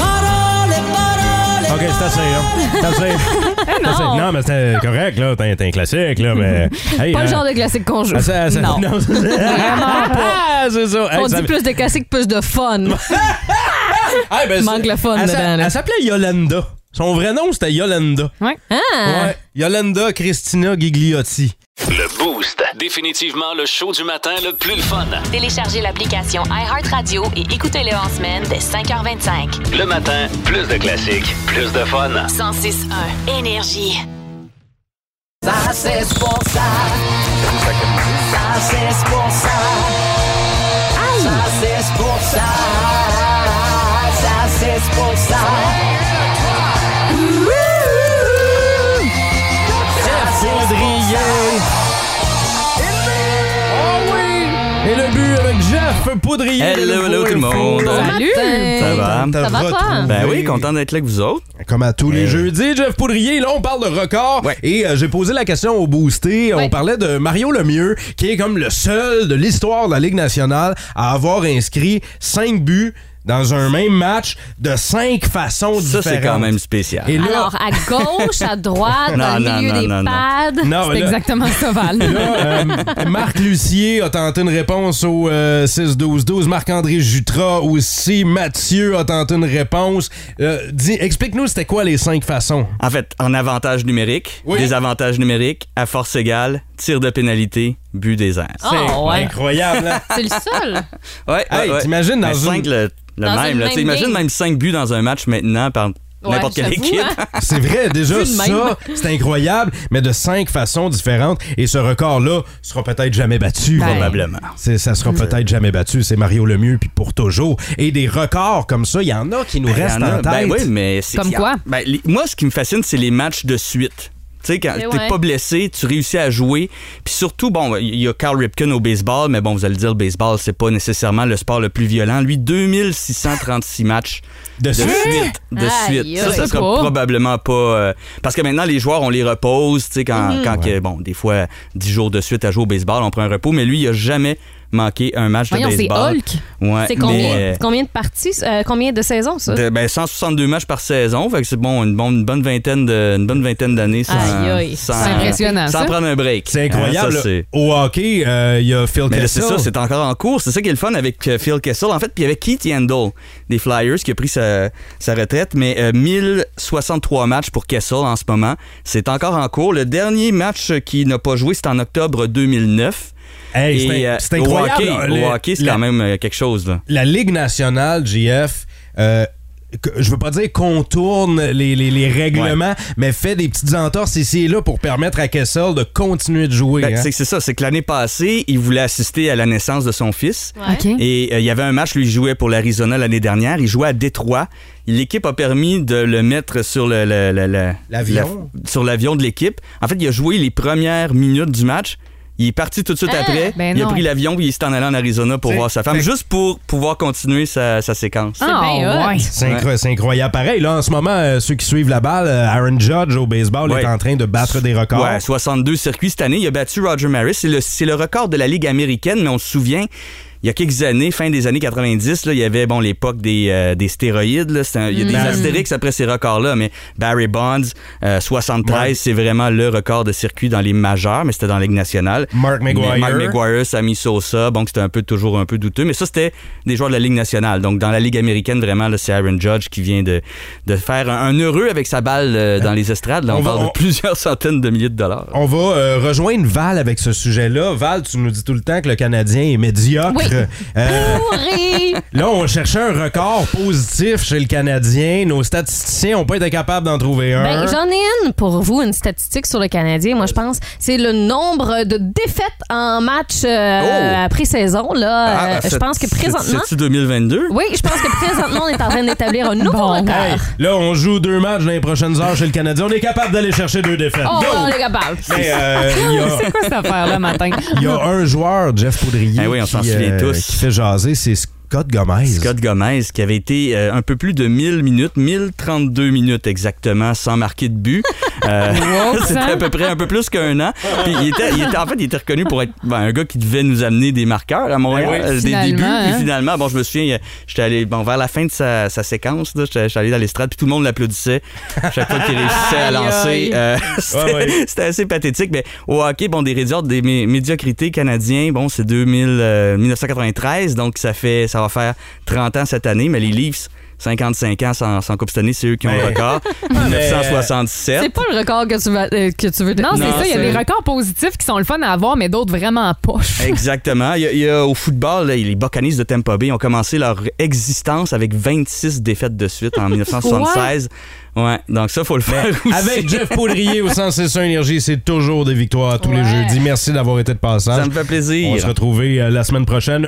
[SPEAKER 5] OK, c'est assez, hein? C'est assez. C'est assez.
[SPEAKER 6] Eh non.
[SPEAKER 5] mais c'était correct, là. T'es t'es un classique, là,
[SPEAKER 6] <laughs>
[SPEAKER 5] mais. Hey,
[SPEAKER 6] pas
[SPEAKER 5] hein.
[SPEAKER 6] le genre de classique qu'on joue.
[SPEAKER 5] Ah, ça- ça-
[SPEAKER 6] non. <laughs>
[SPEAKER 5] non, <laughs> c'est- Ah, c'est ça. Hey,
[SPEAKER 6] on
[SPEAKER 5] ça-
[SPEAKER 6] dit plus de classique, plus de fun.
[SPEAKER 5] <laughs> Ah, ben, c'est-
[SPEAKER 6] Manque le fun
[SPEAKER 5] elle s'a-
[SPEAKER 6] dedans, là.
[SPEAKER 5] Elle s'appelait Yolanda. Son vrai nom, c'était Yolanda.
[SPEAKER 7] Ouais.
[SPEAKER 6] Ah.
[SPEAKER 5] Ouais. Yolanda Christina Gigliotti.
[SPEAKER 2] Le Boost. Définitivement le show du matin le plus le fun.
[SPEAKER 1] Téléchargez l'application iHeartRadio et écoutez-le en semaine dès 5h25.
[SPEAKER 2] Le matin, plus de classiques, plus de fun.
[SPEAKER 1] 106.1 Énergie.
[SPEAKER 15] Ça c'est pour ça. Ça c'est pour ça. Ça c'est pour ça. Ça c'est pour ça. Ouh.
[SPEAKER 6] Ah
[SPEAKER 15] Ça, c'est pour
[SPEAKER 5] Oh oui! Et le but avec Jeff Poudrier.
[SPEAKER 16] Hello, hello tout le monde. Ça va?
[SPEAKER 5] T'as retrouvé.
[SPEAKER 16] Ben oui, content d'être là avec vous autres.
[SPEAKER 5] Comme à tous les jeudis, Jeff Poudrier, là on parle de record et euh, j'ai posé la question au boosté, on parlait de Mario Lemieux qui est comme le seul de l'histoire de la Ligue nationale à avoir inscrit 5 buts dans un même match de 5 façons
[SPEAKER 16] Ça,
[SPEAKER 5] différentes.
[SPEAKER 16] c'est quand même spécial.
[SPEAKER 5] Et là-
[SPEAKER 6] Alors, à gauche, à droite,
[SPEAKER 5] <laughs> Non,
[SPEAKER 6] dans le
[SPEAKER 5] non,
[SPEAKER 6] milieu
[SPEAKER 5] non,
[SPEAKER 6] des
[SPEAKER 5] non, non.
[SPEAKER 6] pads.
[SPEAKER 5] Non,
[SPEAKER 6] C'est
[SPEAKER 5] là-
[SPEAKER 7] exactement ça, Val.
[SPEAKER 5] <laughs> Là, euh, Marc Lucier a tenté une réponse au euh, 6-12-12. Marc-André Jutras aussi. Mathieu a tenté une réponse. Euh, dis- Explique-nous, c'était quoi les cinq façons?
[SPEAKER 16] En fait, en avantage numérique, désavantage numérique, à force égale, tir de pénalité, but des airs.
[SPEAKER 6] Ah,
[SPEAKER 5] incroyable. hein?
[SPEAKER 6] C'est le seul.
[SPEAKER 16] Ouais,
[SPEAKER 5] Hey,
[SPEAKER 16] ouais, ouais.
[SPEAKER 5] t'imagines dans
[SPEAKER 16] Mais
[SPEAKER 5] une-
[SPEAKER 16] cinq, le, le
[SPEAKER 6] dans une
[SPEAKER 16] même, là, tu sais,
[SPEAKER 6] même
[SPEAKER 16] imagine
[SPEAKER 6] ligne.
[SPEAKER 16] même 5 buts dans un match maintenant par n'importe quelle
[SPEAKER 6] j'avoue,
[SPEAKER 16] équipe.
[SPEAKER 6] hein.
[SPEAKER 5] C'est vrai, déjà,
[SPEAKER 6] Vu de même.
[SPEAKER 5] ça, c'est incroyable, mais de cinq façons différentes. Et ce record-là sera peut-être jamais battu.
[SPEAKER 16] Ben. Hmm. Probablement.
[SPEAKER 5] C'est- Ça sera peut-être jamais battu. C'est Mario Lemieux, puis pour toujours. Et des records comme ça, il y en a qui nous
[SPEAKER 16] Ben,
[SPEAKER 5] restent
[SPEAKER 16] y en a.
[SPEAKER 5] en tête.
[SPEAKER 16] Ben oui, mais c'est-
[SPEAKER 5] Comme
[SPEAKER 16] y a-
[SPEAKER 5] quoi?
[SPEAKER 16] ben, les- moi, ce qui me fascine, c'est les matchs de suite. Tu sais, quand
[SPEAKER 5] Eh
[SPEAKER 16] t'es
[SPEAKER 5] ouais.
[SPEAKER 16] pas blessé, tu réussis à jouer. Puis surtout, bon, ben, il y a Carl Ripken au baseball, mais bon, vous allez dire, le baseball, c'est pas nécessairement le sport le plus violent. Lui, 2636 matchs
[SPEAKER 5] de,
[SPEAKER 16] suite.
[SPEAKER 5] suite?
[SPEAKER 16] De
[SPEAKER 5] Aïe,
[SPEAKER 16] suite. Ça,
[SPEAKER 5] aïe.
[SPEAKER 16] ça
[SPEAKER 5] C'est
[SPEAKER 16] sera
[SPEAKER 5] pas.
[SPEAKER 16] probablement pas. euh, parce que maintenant, les joueurs, on les repose. Tu sais, quand,
[SPEAKER 5] Mhm.
[SPEAKER 16] quand que, bon, des fois, 10 jours de suite à jouer au baseball, on prend un repos, mais lui, il a jamais manqué un match
[SPEAKER 6] Voyons,
[SPEAKER 16] de
[SPEAKER 6] c'est
[SPEAKER 16] baseball.
[SPEAKER 6] Hulk.
[SPEAKER 16] Ouais,
[SPEAKER 6] c'est combien,
[SPEAKER 16] mais, euh,
[SPEAKER 6] combien de parties, euh, combien de saisons, ça?
[SPEAKER 16] de- ben, 162 matchs par saison, fait que c'est bon, une, bonne- une bonne vingtaine de- une bonne vingtaine d'années sans,
[SPEAKER 6] Aïe, aïe.
[SPEAKER 16] sans-
[SPEAKER 6] C'est impressionnant,
[SPEAKER 16] sans
[SPEAKER 6] ça.
[SPEAKER 16] prendre un break.
[SPEAKER 5] C'est incroyable.
[SPEAKER 16] Hein, ça, c'est-
[SPEAKER 5] Au hockey, euh, il y a Phil
[SPEAKER 16] mais là, c'est
[SPEAKER 5] Kessel.
[SPEAKER 16] ça, c'est encore en cours. C'est ça qui est le fun avec euh, Phil Kessel. En fait, puis il y avait Keith Yandel des Flyers qui a pris sa, sa retraite. Mais euh, 1063 matchs pour Kessel en ce moment. C'est encore en cours. Le dernier match qu'il n'a pas joué, c'est en octobre 2009.
[SPEAKER 5] Hey, c'est
[SPEAKER 16] Et,
[SPEAKER 5] in-
[SPEAKER 16] euh,
[SPEAKER 5] c'est
[SPEAKER 16] au
[SPEAKER 5] incroyable,
[SPEAKER 16] hockey,
[SPEAKER 5] là,
[SPEAKER 16] au
[SPEAKER 5] le-
[SPEAKER 16] hockey, c'est
[SPEAKER 5] la-
[SPEAKER 16] quand même euh, quelque chose. Là.
[SPEAKER 5] La Ligue nationale, JF, euh, que- je veux pas dire contourne les, les- les règlements, mais fait des petites entorses ici et là pour permettre à Kessel de continuer de jouer.
[SPEAKER 16] Ben,
[SPEAKER 5] hein.
[SPEAKER 16] c'est, c'est ça, c'est que l'année passée, il voulait assister à la naissance de son fils. Et euh, il y avait un match, lui, il jouait pour l'Arizona l'année dernière. Il jouait à Détroit. L'équipe a permis de le mettre sur le, le- le- le-
[SPEAKER 5] L'avion.
[SPEAKER 16] la- sur l'avion de l'équipe. En fait, il a joué les premières minutes du match. Il est parti tout de suite
[SPEAKER 7] Ah,
[SPEAKER 16] après.
[SPEAKER 7] ben
[SPEAKER 16] il a
[SPEAKER 7] non.
[SPEAKER 16] pris l'avion et il s'est en allé en Arizona pour
[SPEAKER 5] C'est-
[SPEAKER 16] voir sa femme,
[SPEAKER 5] fait-
[SPEAKER 16] juste pour pouvoir continuer sa, sa séquence.
[SPEAKER 7] Ah,
[SPEAKER 15] Ben,
[SPEAKER 7] ouais.
[SPEAKER 5] C'est incro- c'est incroyable. Pareil, là, en ce moment, euh, ceux qui suivent la balle, euh, Aaron Judge au baseball
[SPEAKER 16] Ouais.
[SPEAKER 5] est en train de battre des records.
[SPEAKER 16] Ouais, 62 circuits cette année. Il a battu Roger Maris. C'est le, c'est le record de la Ligue américaine, mais on se souvient, il y a quelques années, fin des années 90, là, il y avait bon, l'époque des, euh, des stéroïdes. là. C'est un- Il y a des
[SPEAKER 5] Mm.
[SPEAKER 16] astérix après ces records-là, mais Barry Bonds, euh, 73, c'est vraiment le record de circuit dans les majeurs, mais c'était dans la Ligue nationale.
[SPEAKER 5] Mark
[SPEAKER 16] Mais
[SPEAKER 5] McGwire.
[SPEAKER 16] Mark McGuire, Sammy Sosa, bon, c'était un peu toujours un peu douteux, mais ça, c'était des joueurs de la Ligue nationale. Donc, dans la Ligue américaine, vraiment, là, c'est Aaron Judge qui vient de, de faire un, un heureux avec sa balle euh, dans les estrades. Là, on,
[SPEAKER 5] On va-
[SPEAKER 16] parle de
[SPEAKER 5] on-
[SPEAKER 16] plusieurs <laughs> centaines de milliers de dollars.
[SPEAKER 6] Ah,
[SPEAKER 5] On va euh, rejoindre Val avec ce sujet-là. Val, tu nous dis tout le temps que le Canadien est médiocre.
[SPEAKER 15] Oui.
[SPEAKER 5] Euh,
[SPEAKER 6] Pourri!
[SPEAKER 5] là, on cherchait un record positif chez le Canadien. Nos statisticiens n'ont pas été capables d'en trouver un.
[SPEAKER 6] Ben, j'en ai une pour vous, une statistique sur le Canadien. Moi, je pense c'est le nombre de défaites en match
[SPEAKER 5] Oh!
[SPEAKER 6] euh, pré-saison.
[SPEAKER 16] Ah,
[SPEAKER 6] Là, Euh, je
[SPEAKER 16] c'est-
[SPEAKER 6] pense que
[SPEAKER 16] c'est-
[SPEAKER 6] présentement.
[SPEAKER 16] C'est-tu 2022?
[SPEAKER 6] Oui, je pense que présentement, on est en train d'établir un nouveau record.
[SPEAKER 5] Hey, là, on joue deux matchs dans les prochaines heures chez le Canadien. On est capable d'aller chercher deux défaites.
[SPEAKER 6] Oh,
[SPEAKER 5] Go!
[SPEAKER 6] on est capable.
[SPEAKER 5] Mais,
[SPEAKER 6] <laughs>
[SPEAKER 5] euh, il y a-
[SPEAKER 7] C'est quoi cette affaire-là, matin?
[SPEAKER 5] Il y a un joueur, Jeff Poudrier,
[SPEAKER 16] Eh oui, on s'en
[SPEAKER 5] qui, euh,
[SPEAKER 16] souvient tous.
[SPEAKER 5] qui fait jaser, c'est Scott Gomez.
[SPEAKER 16] Scott Gomez, qui avait été euh, un peu plus de 1000 minutes, 1032 minutes exactement, sans marquer de but. Euh, <laughs>
[SPEAKER 15] Whoops,
[SPEAKER 16] C'était
[SPEAKER 15] hein?
[SPEAKER 16] à peu près un peu plus qu'un an. Puis il était, il était- en fait, il était reconnu pour être ben, un gars qui devait nous amener des marqueurs à Montréal,
[SPEAKER 15] Ben oui.
[SPEAKER 16] euh, des
[SPEAKER 15] Finalement,
[SPEAKER 16] débuts.
[SPEAKER 15] hein?
[SPEAKER 16] Puis finalement, bon, je me souviens, euh, j'étais allé bon, vers la fin de sa, sa séquence, là, j'étais j'étais allé dans l'estrade, puis tout le monde l'applaudissait chaque fois qu'il réussissait à
[SPEAKER 15] Aïe,
[SPEAKER 16] lancer.
[SPEAKER 15] aïe.
[SPEAKER 16] euh, c'était
[SPEAKER 15] Ouais, ouais.
[SPEAKER 16] <laughs> c'était assez pathétique. Mais au hockey, bon, des réductions des mé- médiocrités canadiens, bon, c'est 2000, euh, 1993, donc ça fait, ça va faire 30 ans cette année, mais les Leafs, 55 ans sans, sans coupe cette année, c'est eux qui ont le
[SPEAKER 5] Mais-
[SPEAKER 16] record.
[SPEAKER 5] <laughs> Ah, Mais-
[SPEAKER 16] 1967.
[SPEAKER 6] C'est pas le record que tu veux, euh, que tu veux
[SPEAKER 7] Non, c'est
[SPEAKER 16] Non,
[SPEAKER 7] ça. Il y a
[SPEAKER 16] c'est-
[SPEAKER 7] des records positifs qui sont le fun à avoir, mais d'autres vraiment poches.
[SPEAKER 16] Exactement. Il y a- il y a au football, là, les Buccaneers de Tampa Bay ont commencé leur existence avec 26 défaites de suite
[SPEAKER 6] <laughs>
[SPEAKER 16] en 1976. Ouais, donc ça, faut le faire aussi.
[SPEAKER 5] Avec
[SPEAKER 16] <laughs>
[SPEAKER 5] Jeff Poudrier au 161 Énergie, c'est toujours des victoires tous les jeudis. Merci d'avoir été de passage.
[SPEAKER 16] Ça me fait plaisir.
[SPEAKER 5] On va se retrouver euh, la semaine prochaine.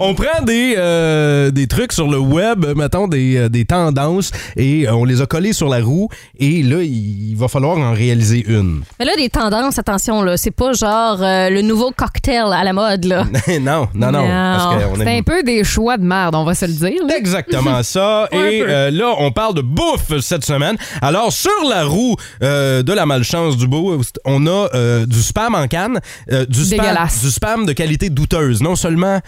[SPEAKER 5] On prend des, euh, des trucs sur le web, mettons des, euh, des tendances, et euh, on les a collés sur la roue, et là, il, il va falloir en réaliser une. <laughs>
[SPEAKER 6] Mais là, des tendances, attention, là, c'est pas genre euh, le nouveau cocktail à la mode, là.
[SPEAKER 5] non, <laughs> non, non. parce qu'on a
[SPEAKER 16] Ben,
[SPEAKER 7] C'est un peu des choix de merde, on va se le dire. <laughs>
[SPEAKER 6] <laughs>
[SPEAKER 5] Exactement ça. Et euh, là, on parle de bouffe cette semaine. Alors, sur la roue euh, de la malchance du beau, on a euh, du spam en canne, euh, du, spam,
[SPEAKER 7] Dégueulasse.
[SPEAKER 5] du spam de qualité douteuse. Non seulement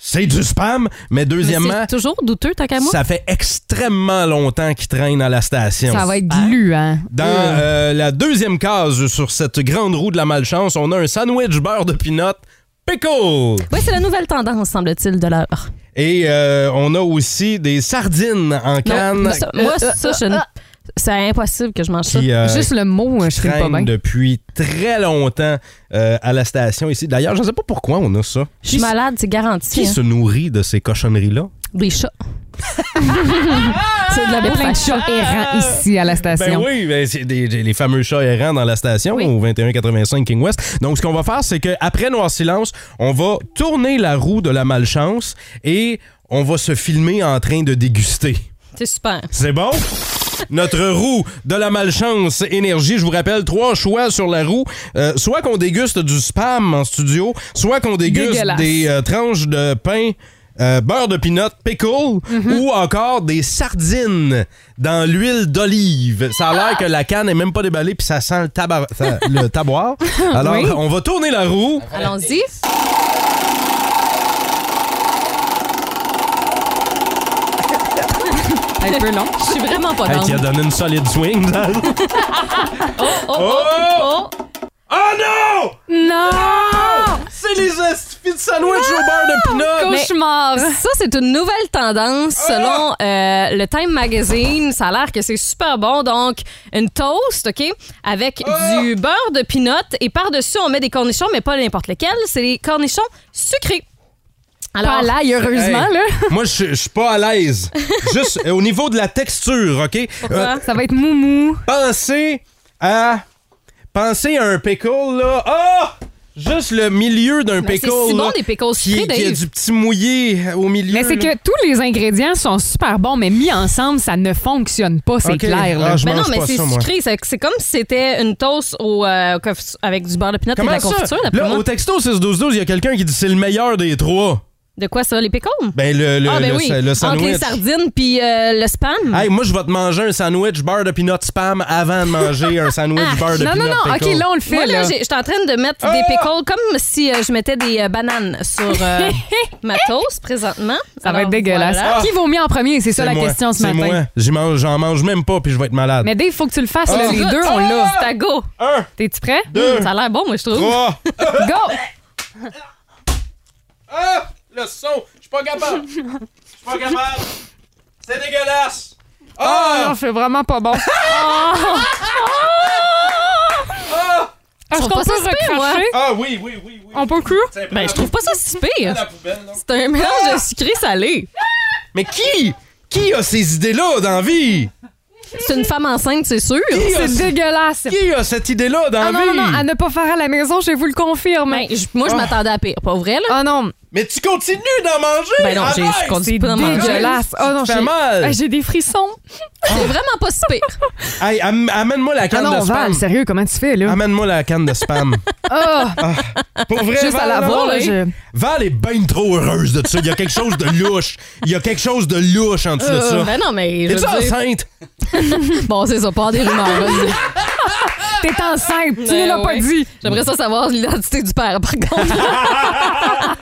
[SPEAKER 5] c'est du spam, mais deuxièmement,
[SPEAKER 6] Mais c'est toujours douteux, ta qu'à moi.
[SPEAKER 5] ça fait extrêmement longtemps qu'il traîne à la station.
[SPEAKER 7] Ça va être
[SPEAKER 6] Hein?
[SPEAKER 7] hein? gluant.
[SPEAKER 5] Dans euh, la deuxième case sur cette grande roue de la malchance, on a un sandwich beurre de peanut pickle.
[SPEAKER 6] Oui, c'est la nouvelle tendance, semble-t-il, de l'heure.
[SPEAKER 5] Et euh, on a aussi des sardines en canne. Euh,
[SPEAKER 6] Non, ça- moi, ça, je ne- c'est impossible que je mange ça.
[SPEAKER 5] Qui, euh,
[SPEAKER 6] Euh, Juste le mot, hein, je
[SPEAKER 5] traîne depuis très longtemps euh, à la station ici. D'ailleurs, je ne sais pas pourquoi on a ça.
[SPEAKER 6] Je suis malade, c'est garanti.
[SPEAKER 5] Qui
[SPEAKER 6] hein.
[SPEAKER 5] se nourrit de ces cochonneries-là?
[SPEAKER 6] Des chats. c'est de la
[SPEAKER 7] Il y a
[SPEAKER 6] bouffe
[SPEAKER 7] plein
[SPEAKER 6] à
[SPEAKER 7] de chats errants ici à la
[SPEAKER 5] Ben
[SPEAKER 7] station.
[SPEAKER 5] oui, ben c'est des- des- les fameux chats errants dans la station au 2185 King West. Donc, ce qu'on va faire, c'est qu'après Noir Silence, on va tourner la roue de la malchance et on va se filmer en train de déguster.
[SPEAKER 6] C'est super.
[SPEAKER 5] C'est bon? Notre roue de la malchance énergie, je vous rappelle, trois choix sur la roue. Euh, soit qu'on déguste du spam en studio, soit qu'on déguste
[SPEAKER 15] Dégueulasse.
[SPEAKER 5] des euh, tranches de pain, euh, beurre de peanut, pickle,
[SPEAKER 6] Mhm.
[SPEAKER 5] ou encore des sardines dans l'huile d'olive. Ça a l'air que la canne est même pas déballée puis ça sent le, tabar- ça- le
[SPEAKER 6] <laughs>
[SPEAKER 5] taboire. Alors,
[SPEAKER 6] Oui.
[SPEAKER 5] on va tourner la roue.
[SPEAKER 6] Allons-y.
[SPEAKER 7] Un peu long.
[SPEAKER 6] Je suis vraiment pas
[SPEAKER 5] Hey,
[SPEAKER 6] dans.
[SPEAKER 5] qui a donné une solide swing. là.
[SPEAKER 6] oh, oh,
[SPEAKER 5] Oh!
[SPEAKER 6] oh, oh.
[SPEAKER 5] oh non! Ah!
[SPEAKER 7] Non!
[SPEAKER 5] C'est les astuces petit sandwich au beurre de
[SPEAKER 7] <laughs>
[SPEAKER 5] pinot.
[SPEAKER 6] Mais Ça, c'est une nouvelle tendance
[SPEAKER 5] Ah!
[SPEAKER 6] selon euh, le Time Magazine. Ça a l'air que c'est super bon. Donc, une toast, OK, avec
[SPEAKER 5] Ah!
[SPEAKER 6] du beurre de pinot et par-dessus, on met des cornichons, mais pas n'importe lesquels. C'est des cornichons sucrés. Alors, là, heureusement,
[SPEAKER 5] Hey,
[SPEAKER 6] là.
[SPEAKER 5] Moi, je je suis pas
[SPEAKER 7] <laughs>
[SPEAKER 5] à l'aise. Juste euh, au niveau de la texture, OK? Euh,
[SPEAKER 6] Pourquoi?
[SPEAKER 7] Ça va être moumou.
[SPEAKER 5] Pensez à. Pensez à un pickle, là. Ah! Juste le milieu d'un
[SPEAKER 7] Mais c'est
[SPEAKER 5] pickle.
[SPEAKER 7] si bon,
[SPEAKER 5] là,
[SPEAKER 7] des pickles
[SPEAKER 5] qui-
[SPEAKER 7] sucrés,
[SPEAKER 5] Qui a
[SPEAKER 7] Dave.
[SPEAKER 5] du petit mouillé au milieu.
[SPEAKER 7] Mais c'est
[SPEAKER 5] là.
[SPEAKER 7] que tous les ingrédients sont super bons, mais mis ensemble, ça ne fonctionne pas, c'est
[SPEAKER 5] Ok.
[SPEAKER 7] clair. là.
[SPEAKER 5] Ah, je
[SPEAKER 6] Ben non,
[SPEAKER 5] mange
[SPEAKER 6] mais
[SPEAKER 5] pas
[SPEAKER 6] c'est
[SPEAKER 5] ça, moi.
[SPEAKER 6] sucré. C'est- C'est comme si c'était une toast au, euh, conf- avec du beurre de pinot et de
[SPEAKER 5] Comment
[SPEAKER 6] la
[SPEAKER 5] ça?
[SPEAKER 6] confiture, d'après
[SPEAKER 5] Là,
[SPEAKER 6] moi.
[SPEAKER 5] au texto 6-12-12, il y a quelqu'un qui dit c'est le meilleur des trois.
[SPEAKER 6] De quoi ça, les pickles?
[SPEAKER 5] Ben, le, le,
[SPEAKER 6] ah, ben
[SPEAKER 5] le,
[SPEAKER 6] oui.
[SPEAKER 5] sa- le
[SPEAKER 6] Entre les
[SPEAKER 5] sandwich.
[SPEAKER 6] sardines puis euh, le spam.
[SPEAKER 5] Hey, moi, je vais te manger un sandwich beurre de peanut spam avant de manger un
[SPEAKER 7] Ah,
[SPEAKER 5] sandwich beurre de
[SPEAKER 6] Ah. non,
[SPEAKER 5] peanut
[SPEAKER 6] non, non,
[SPEAKER 5] pickle.
[SPEAKER 6] ok, là, on le fait. je suis en train de mettre des pickles comme si euh, je mettais des euh, bananes sur
[SPEAKER 7] <laughs>
[SPEAKER 6] euh, ma toast présentement.
[SPEAKER 7] Ça va être dégueulasse.
[SPEAKER 6] voilà.
[SPEAKER 7] Qui vaut mieux en premier? C'est ça la
[SPEAKER 5] moi,
[SPEAKER 7] question ce
[SPEAKER 5] c'est
[SPEAKER 7] matin.
[SPEAKER 5] moi. J'y mange- J'en mange même pas, puis je vais être malade.
[SPEAKER 7] Mais Dave, il faut que tu le fasses.
[SPEAKER 5] Ah.
[SPEAKER 7] là, les
[SPEAKER 5] Ah.
[SPEAKER 7] deux, on l'a.
[SPEAKER 6] C'est à go.
[SPEAKER 5] Un.
[SPEAKER 7] T'es-tu prêt?
[SPEAKER 5] Deux.
[SPEAKER 6] Ça a l'air bon, moi, je trouve.
[SPEAKER 5] Trois.
[SPEAKER 7] go!
[SPEAKER 5] Ah! Le son! Je suis pas capable! Je suis pas capable! C'est dégueulasse!
[SPEAKER 7] Ah non, c'est vraiment pas bon. Ah!
[SPEAKER 5] Ah!
[SPEAKER 7] Est-ce
[SPEAKER 6] trouve
[SPEAKER 7] qu'on
[SPEAKER 6] pas
[SPEAKER 7] peut
[SPEAKER 6] ça si pire, moi.
[SPEAKER 7] recracher?
[SPEAKER 5] Ah oui, oui, oui, oui.
[SPEAKER 7] On peut cru?
[SPEAKER 6] Ben, je trouve pas ça si pire.
[SPEAKER 5] À la poubelle, non?
[SPEAKER 6] C'est un mélange
[SPEAKER 7] Ah!
[SPEAKER 6] de sucré-salé.
[SPEAKER 5] Mais qui? Qui a ces idées-là dans la vie?
[SPEAKER 6] C'est une femme enceinte, c'est sûr.
[SPEAKER 5] Qui a,
[SPEAKER 7] C'est dégueulasse.
[SPEAKER 5] qui a cette idée-là dans
[SPEAKER 7] Ah
[SPEAKER 5] la
[SPEAKER 7] non, non,
[SPEAKER 5] vie?
[SPEAKER 7] non, à ne pas faire à la maison, je vous le confirme.
[SPEAKER 6] Ben, je- moi, je
[SPEAKER 7] Ah.
[SPEAKER 6] m'attendais à pire. Pas vrai, là?
[SPEAKER 7] Ah non,
[SPEAKER 5] Mais tu continues d'en manger! Ah
[SPEAKER 6] Ben non, j'ai-
[SPEAKER 5] arrête!
[SPEAKER 6] je continue
[SPEAKER 7] c'est
[SPEAKER 6] pas d'en manger.
[SPEAKER 7] dégueulasse. Ah non,
[SPEAKER 5] Ça fait
[SPEAKER 7] j'ai-
[SPEAKER 5] mal.
[SPEAKER 7] Ah, j'ai des frissons.
[SPEAKER 6] <laughs> C'est vraiment pas si pire.
[SPEAKER 5] Hey, am- amène-moi la
[SPEAKER 7] Ah
[SPEAKER 5] canne
[SPEAKER 7] non,
[SPEAKER 5] de spam.
[SPEAKER 7] Val, sérieux, comment tu fais là?
[SPEAKER 5] Amène-moi la canne de spam.
[SPEAKER 7] Ah,
[SPEAKER 5] <laughs> Pour vrai,
[SPEAKER 7] Juste à
[SPEAKER 5] Val,
[SPEAKER 7] la
[SPEAKER 5] là,
[SPEAKER 7] voir, là,
[SPEAKER 5] hey,
[SPEAKER 7] je-
[SPEAKER 5] Val est bien trop heureuse de ça. Il y a quelque chose de louche. Il y a quelque chose de louche en dessous de ça.
[SPEAKER 6] Euh, ben non, mais. je
[SPEAKER 5] Es-tu
[SPEAKER 6] veux dire-
[SPEAKER 5] enceinte?
[SPEAKER 6] <laughs> bon, c'est ça, pas des
[SPEAKER 5] <laughs>
[SPEAKER 6] rumeurs. vas-y.
[SPEAKER 7] t'es enceinte, tu ne
[SPEAKER 6] Ben
[SPEAKER 7] l'as pas
[SPEAKER 6] ouais.
[SPEAKER 7] dit.
[SPEAKER 6] J'aimerais ça savoir l'identité du père, par contre.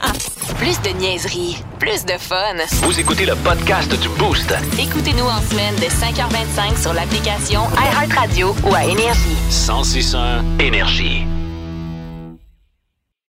[SPEAKER 1] Plus de niaiserie, plus de fun.
[SPEAKER 2] Vous écoutez le podcast du Boost.
[SPEAKER 1] Écoutez-nous en semaine de 5h25 sur l'application iHeartRadio ou à Énergie.
[SPEAKER 2] 1061 Énergie.